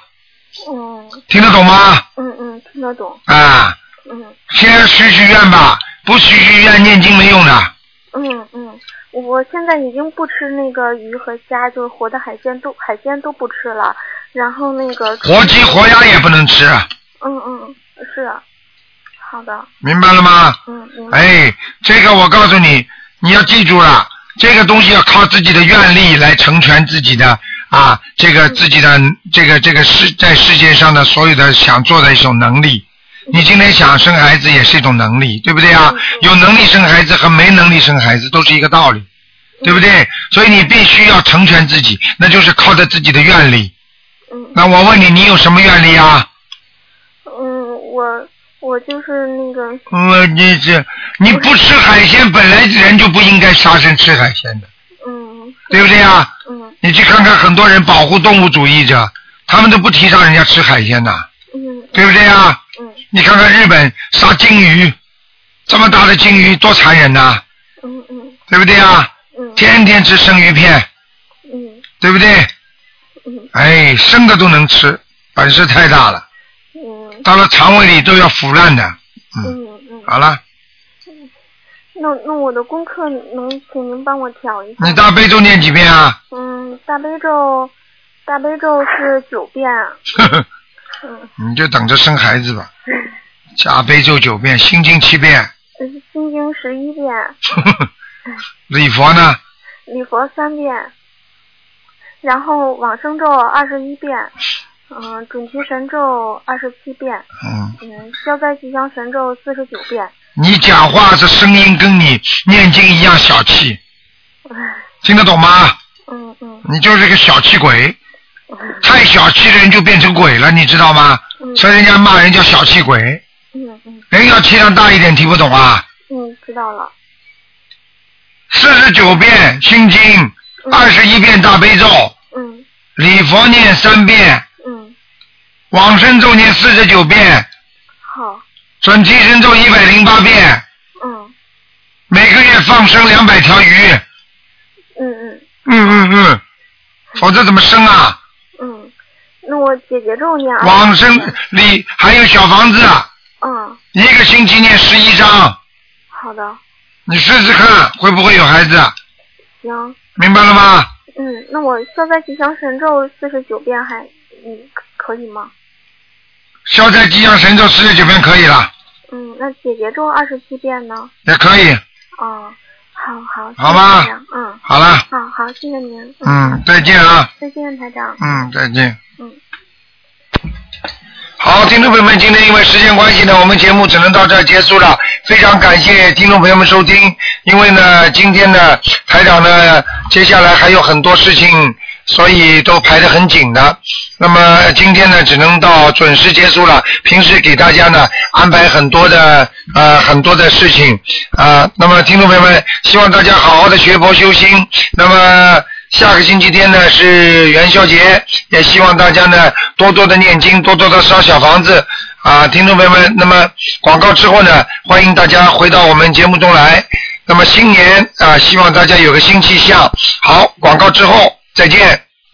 Speaker 9: 嗯。
Speaker 1: 听得懂吗？
Speaker 9: 嗯嗯，听得懂。
Speaker 1: 啊，
Speaker 9: 嗯
Speaker 1: 先许许愿吧，不许许愿念经没用的。
Speaker 9: 嗯嗯，我现在已经不吃那个鱼和虾，就是活的海鲜都海鲜都不吃了，然后那个
Speaker 1: 活鸡活鸭也不能吃，啊
Speaker 9: 嗯嗯，是，好的，
Speaker 1: 明白了吗？
Speaker 9: 嗯嗯
Speaker 1: 哎，这个我告诉你，你要记住了，这个东西要靠自己的愿力来成全自己的啊，这个自己的这个这个世在世界上的所有的想做的一种能力。你今天想生孩子也是一种能力，对不对啊？有能力生孩子和没能力生孩子都是一个道理，对不对？所以你必须要成全自己，那就是靠着自己的愿力。那我问你，你有什么愿力啊？
Speaker 9: 嗯，我我就是那个
Speaker 1: 我呃你这你不吃海鲜，本来人就不应该杀生吃海鲜的，
Speaker 9: 嗯
Speaker 1: 对不对呀？
Speaker 9: 嗯
Speaker 1: 你去看看很多人保护动物主义者，他们都不提倡人家吃海鲜的，
Speaker 9: 嗯
Speaker 1: 对不对呀？
Speaker 9: 嗯
Speaker 1: 你看看日本杀鲸鱼，这么大的鲸鱼多残忍呐、
Speaker 9: 嗯嗯
Speaker 1: 对不对呀？天天吃生鱼片，
Speaker 9: 嗯
Speaker 1: 对不对？
Speaker 9: 嗯
Speaker 1: 哎，生的都能吃，本事太大了，
Speaker 9: 嗯
Speaker 1: 到了肠胃里都要腐烂的。
Speaker 9: 嗯嗯，
Speaker 1: 好了，
Speaker 9: 那那我的功课能请您帮我调一下？
Speaker 1: 你大悲咒念几遍啊？
Speaker 9: 嗯，大悲咒，大悲咒是九遍，呃嗯，
Speaker 1: 你就等着生孩子吧。加悲咒九遍，心经七遍，
Speaker 9: 心经十一遍，
Speaker 1: 礼佛呢？
Speaker 9: 礼佛三遍，然后往生咒二十一遍，嗯，准提神咒二十七遍，
Speaker 1: 嗯，
Speaker 9: 嗯，消灾吉祥神咒四十九遍，
Speaker 1: 你讲话这声音跟你念经一样小气，听得懂吗？
Speaker 9: 嗯嗯
Speaker 1: 你就是个小气鬼，太小气的人就变成鬼了，你知道吗？所以人家骂人叫小气鬼，
Speaker 9: 嗯嗯
Speaker 1: 人要气量大一点，听不懂啊？
Speaker 9: 嗯，知道了，
Speaker 1: 四十九遍心经，二十一遍大悲咒，
Speaker 9: 嗯
Speaker 1: 礼佛念三遍，
Speaker 9: 嗯，
Speaker 1: 往生咒念四十九遍，
Speaker 9: 好，
Speaker 1: 准提神咒一百零八遍，
Speaker 9: 嗯
Speaker 1: 每个月放生两百条鱼。
Speaker 9: 嗯嗯
Speaker 1: 嗯嗯嗯，否则怎么生啊？
Speaker 9: 嗯，那我姐姐咒念啊
Speaker 1: 往
Speaker 9: 二十，
Speaker 1: 生里还有小房子，啊
Speaker 9: 嗯，
Speaker 1: 一个星期念十一章，
Speaker 9: 好的，
Speaker 1: 你试试看会不会有孩子，啊
Speaker 9: 行。
Speaker 1: 明白了吗？
Speaker 9: 嗯，那我消灾吉祥神咒四十九遍还，嗯，可可以吗？
Speaker 1: 消灾吉祥神咒四十九遍可以了，
Speaker 9: 嗯，那姐姐咒二十七遍呢？
Speaker 1: 也可以。
Speaker 9: 哦，好好，
Speaker 1: 好吧
Speaker 9: 谢谢嗯，
Speaker 1: 好了
Speaker 9: 好好，谢谢您，
Speaker 1: 嗯，再见啊，
Speaker 9: 再见，台长，
Speaker 1: 嗯，再见。
Speaker 9: 嗯。
Speaker 1: 好，听众朋友们，今天因为时间关系呢，我们节目只能到这儿结束了。非常感谢听众朋友们收听，因为呢，今天呢，台长呢，接下来还有很多事情，所以都排得很紧的。那么今天呢，只能到准时结束了。平时给大家呢安排很多的呃很多的事情啊、那么听众朋友们，希望大家好好的学佛修心。那么。下个星期天呢是元宵节，也希望大家呢多多的念经，多多的烧小房子啊，听众朋友们。那么广告之后呢，欢迎大家回到我们节目中来。那么新年啊，希望大家有个新气象。好，广告之后再见。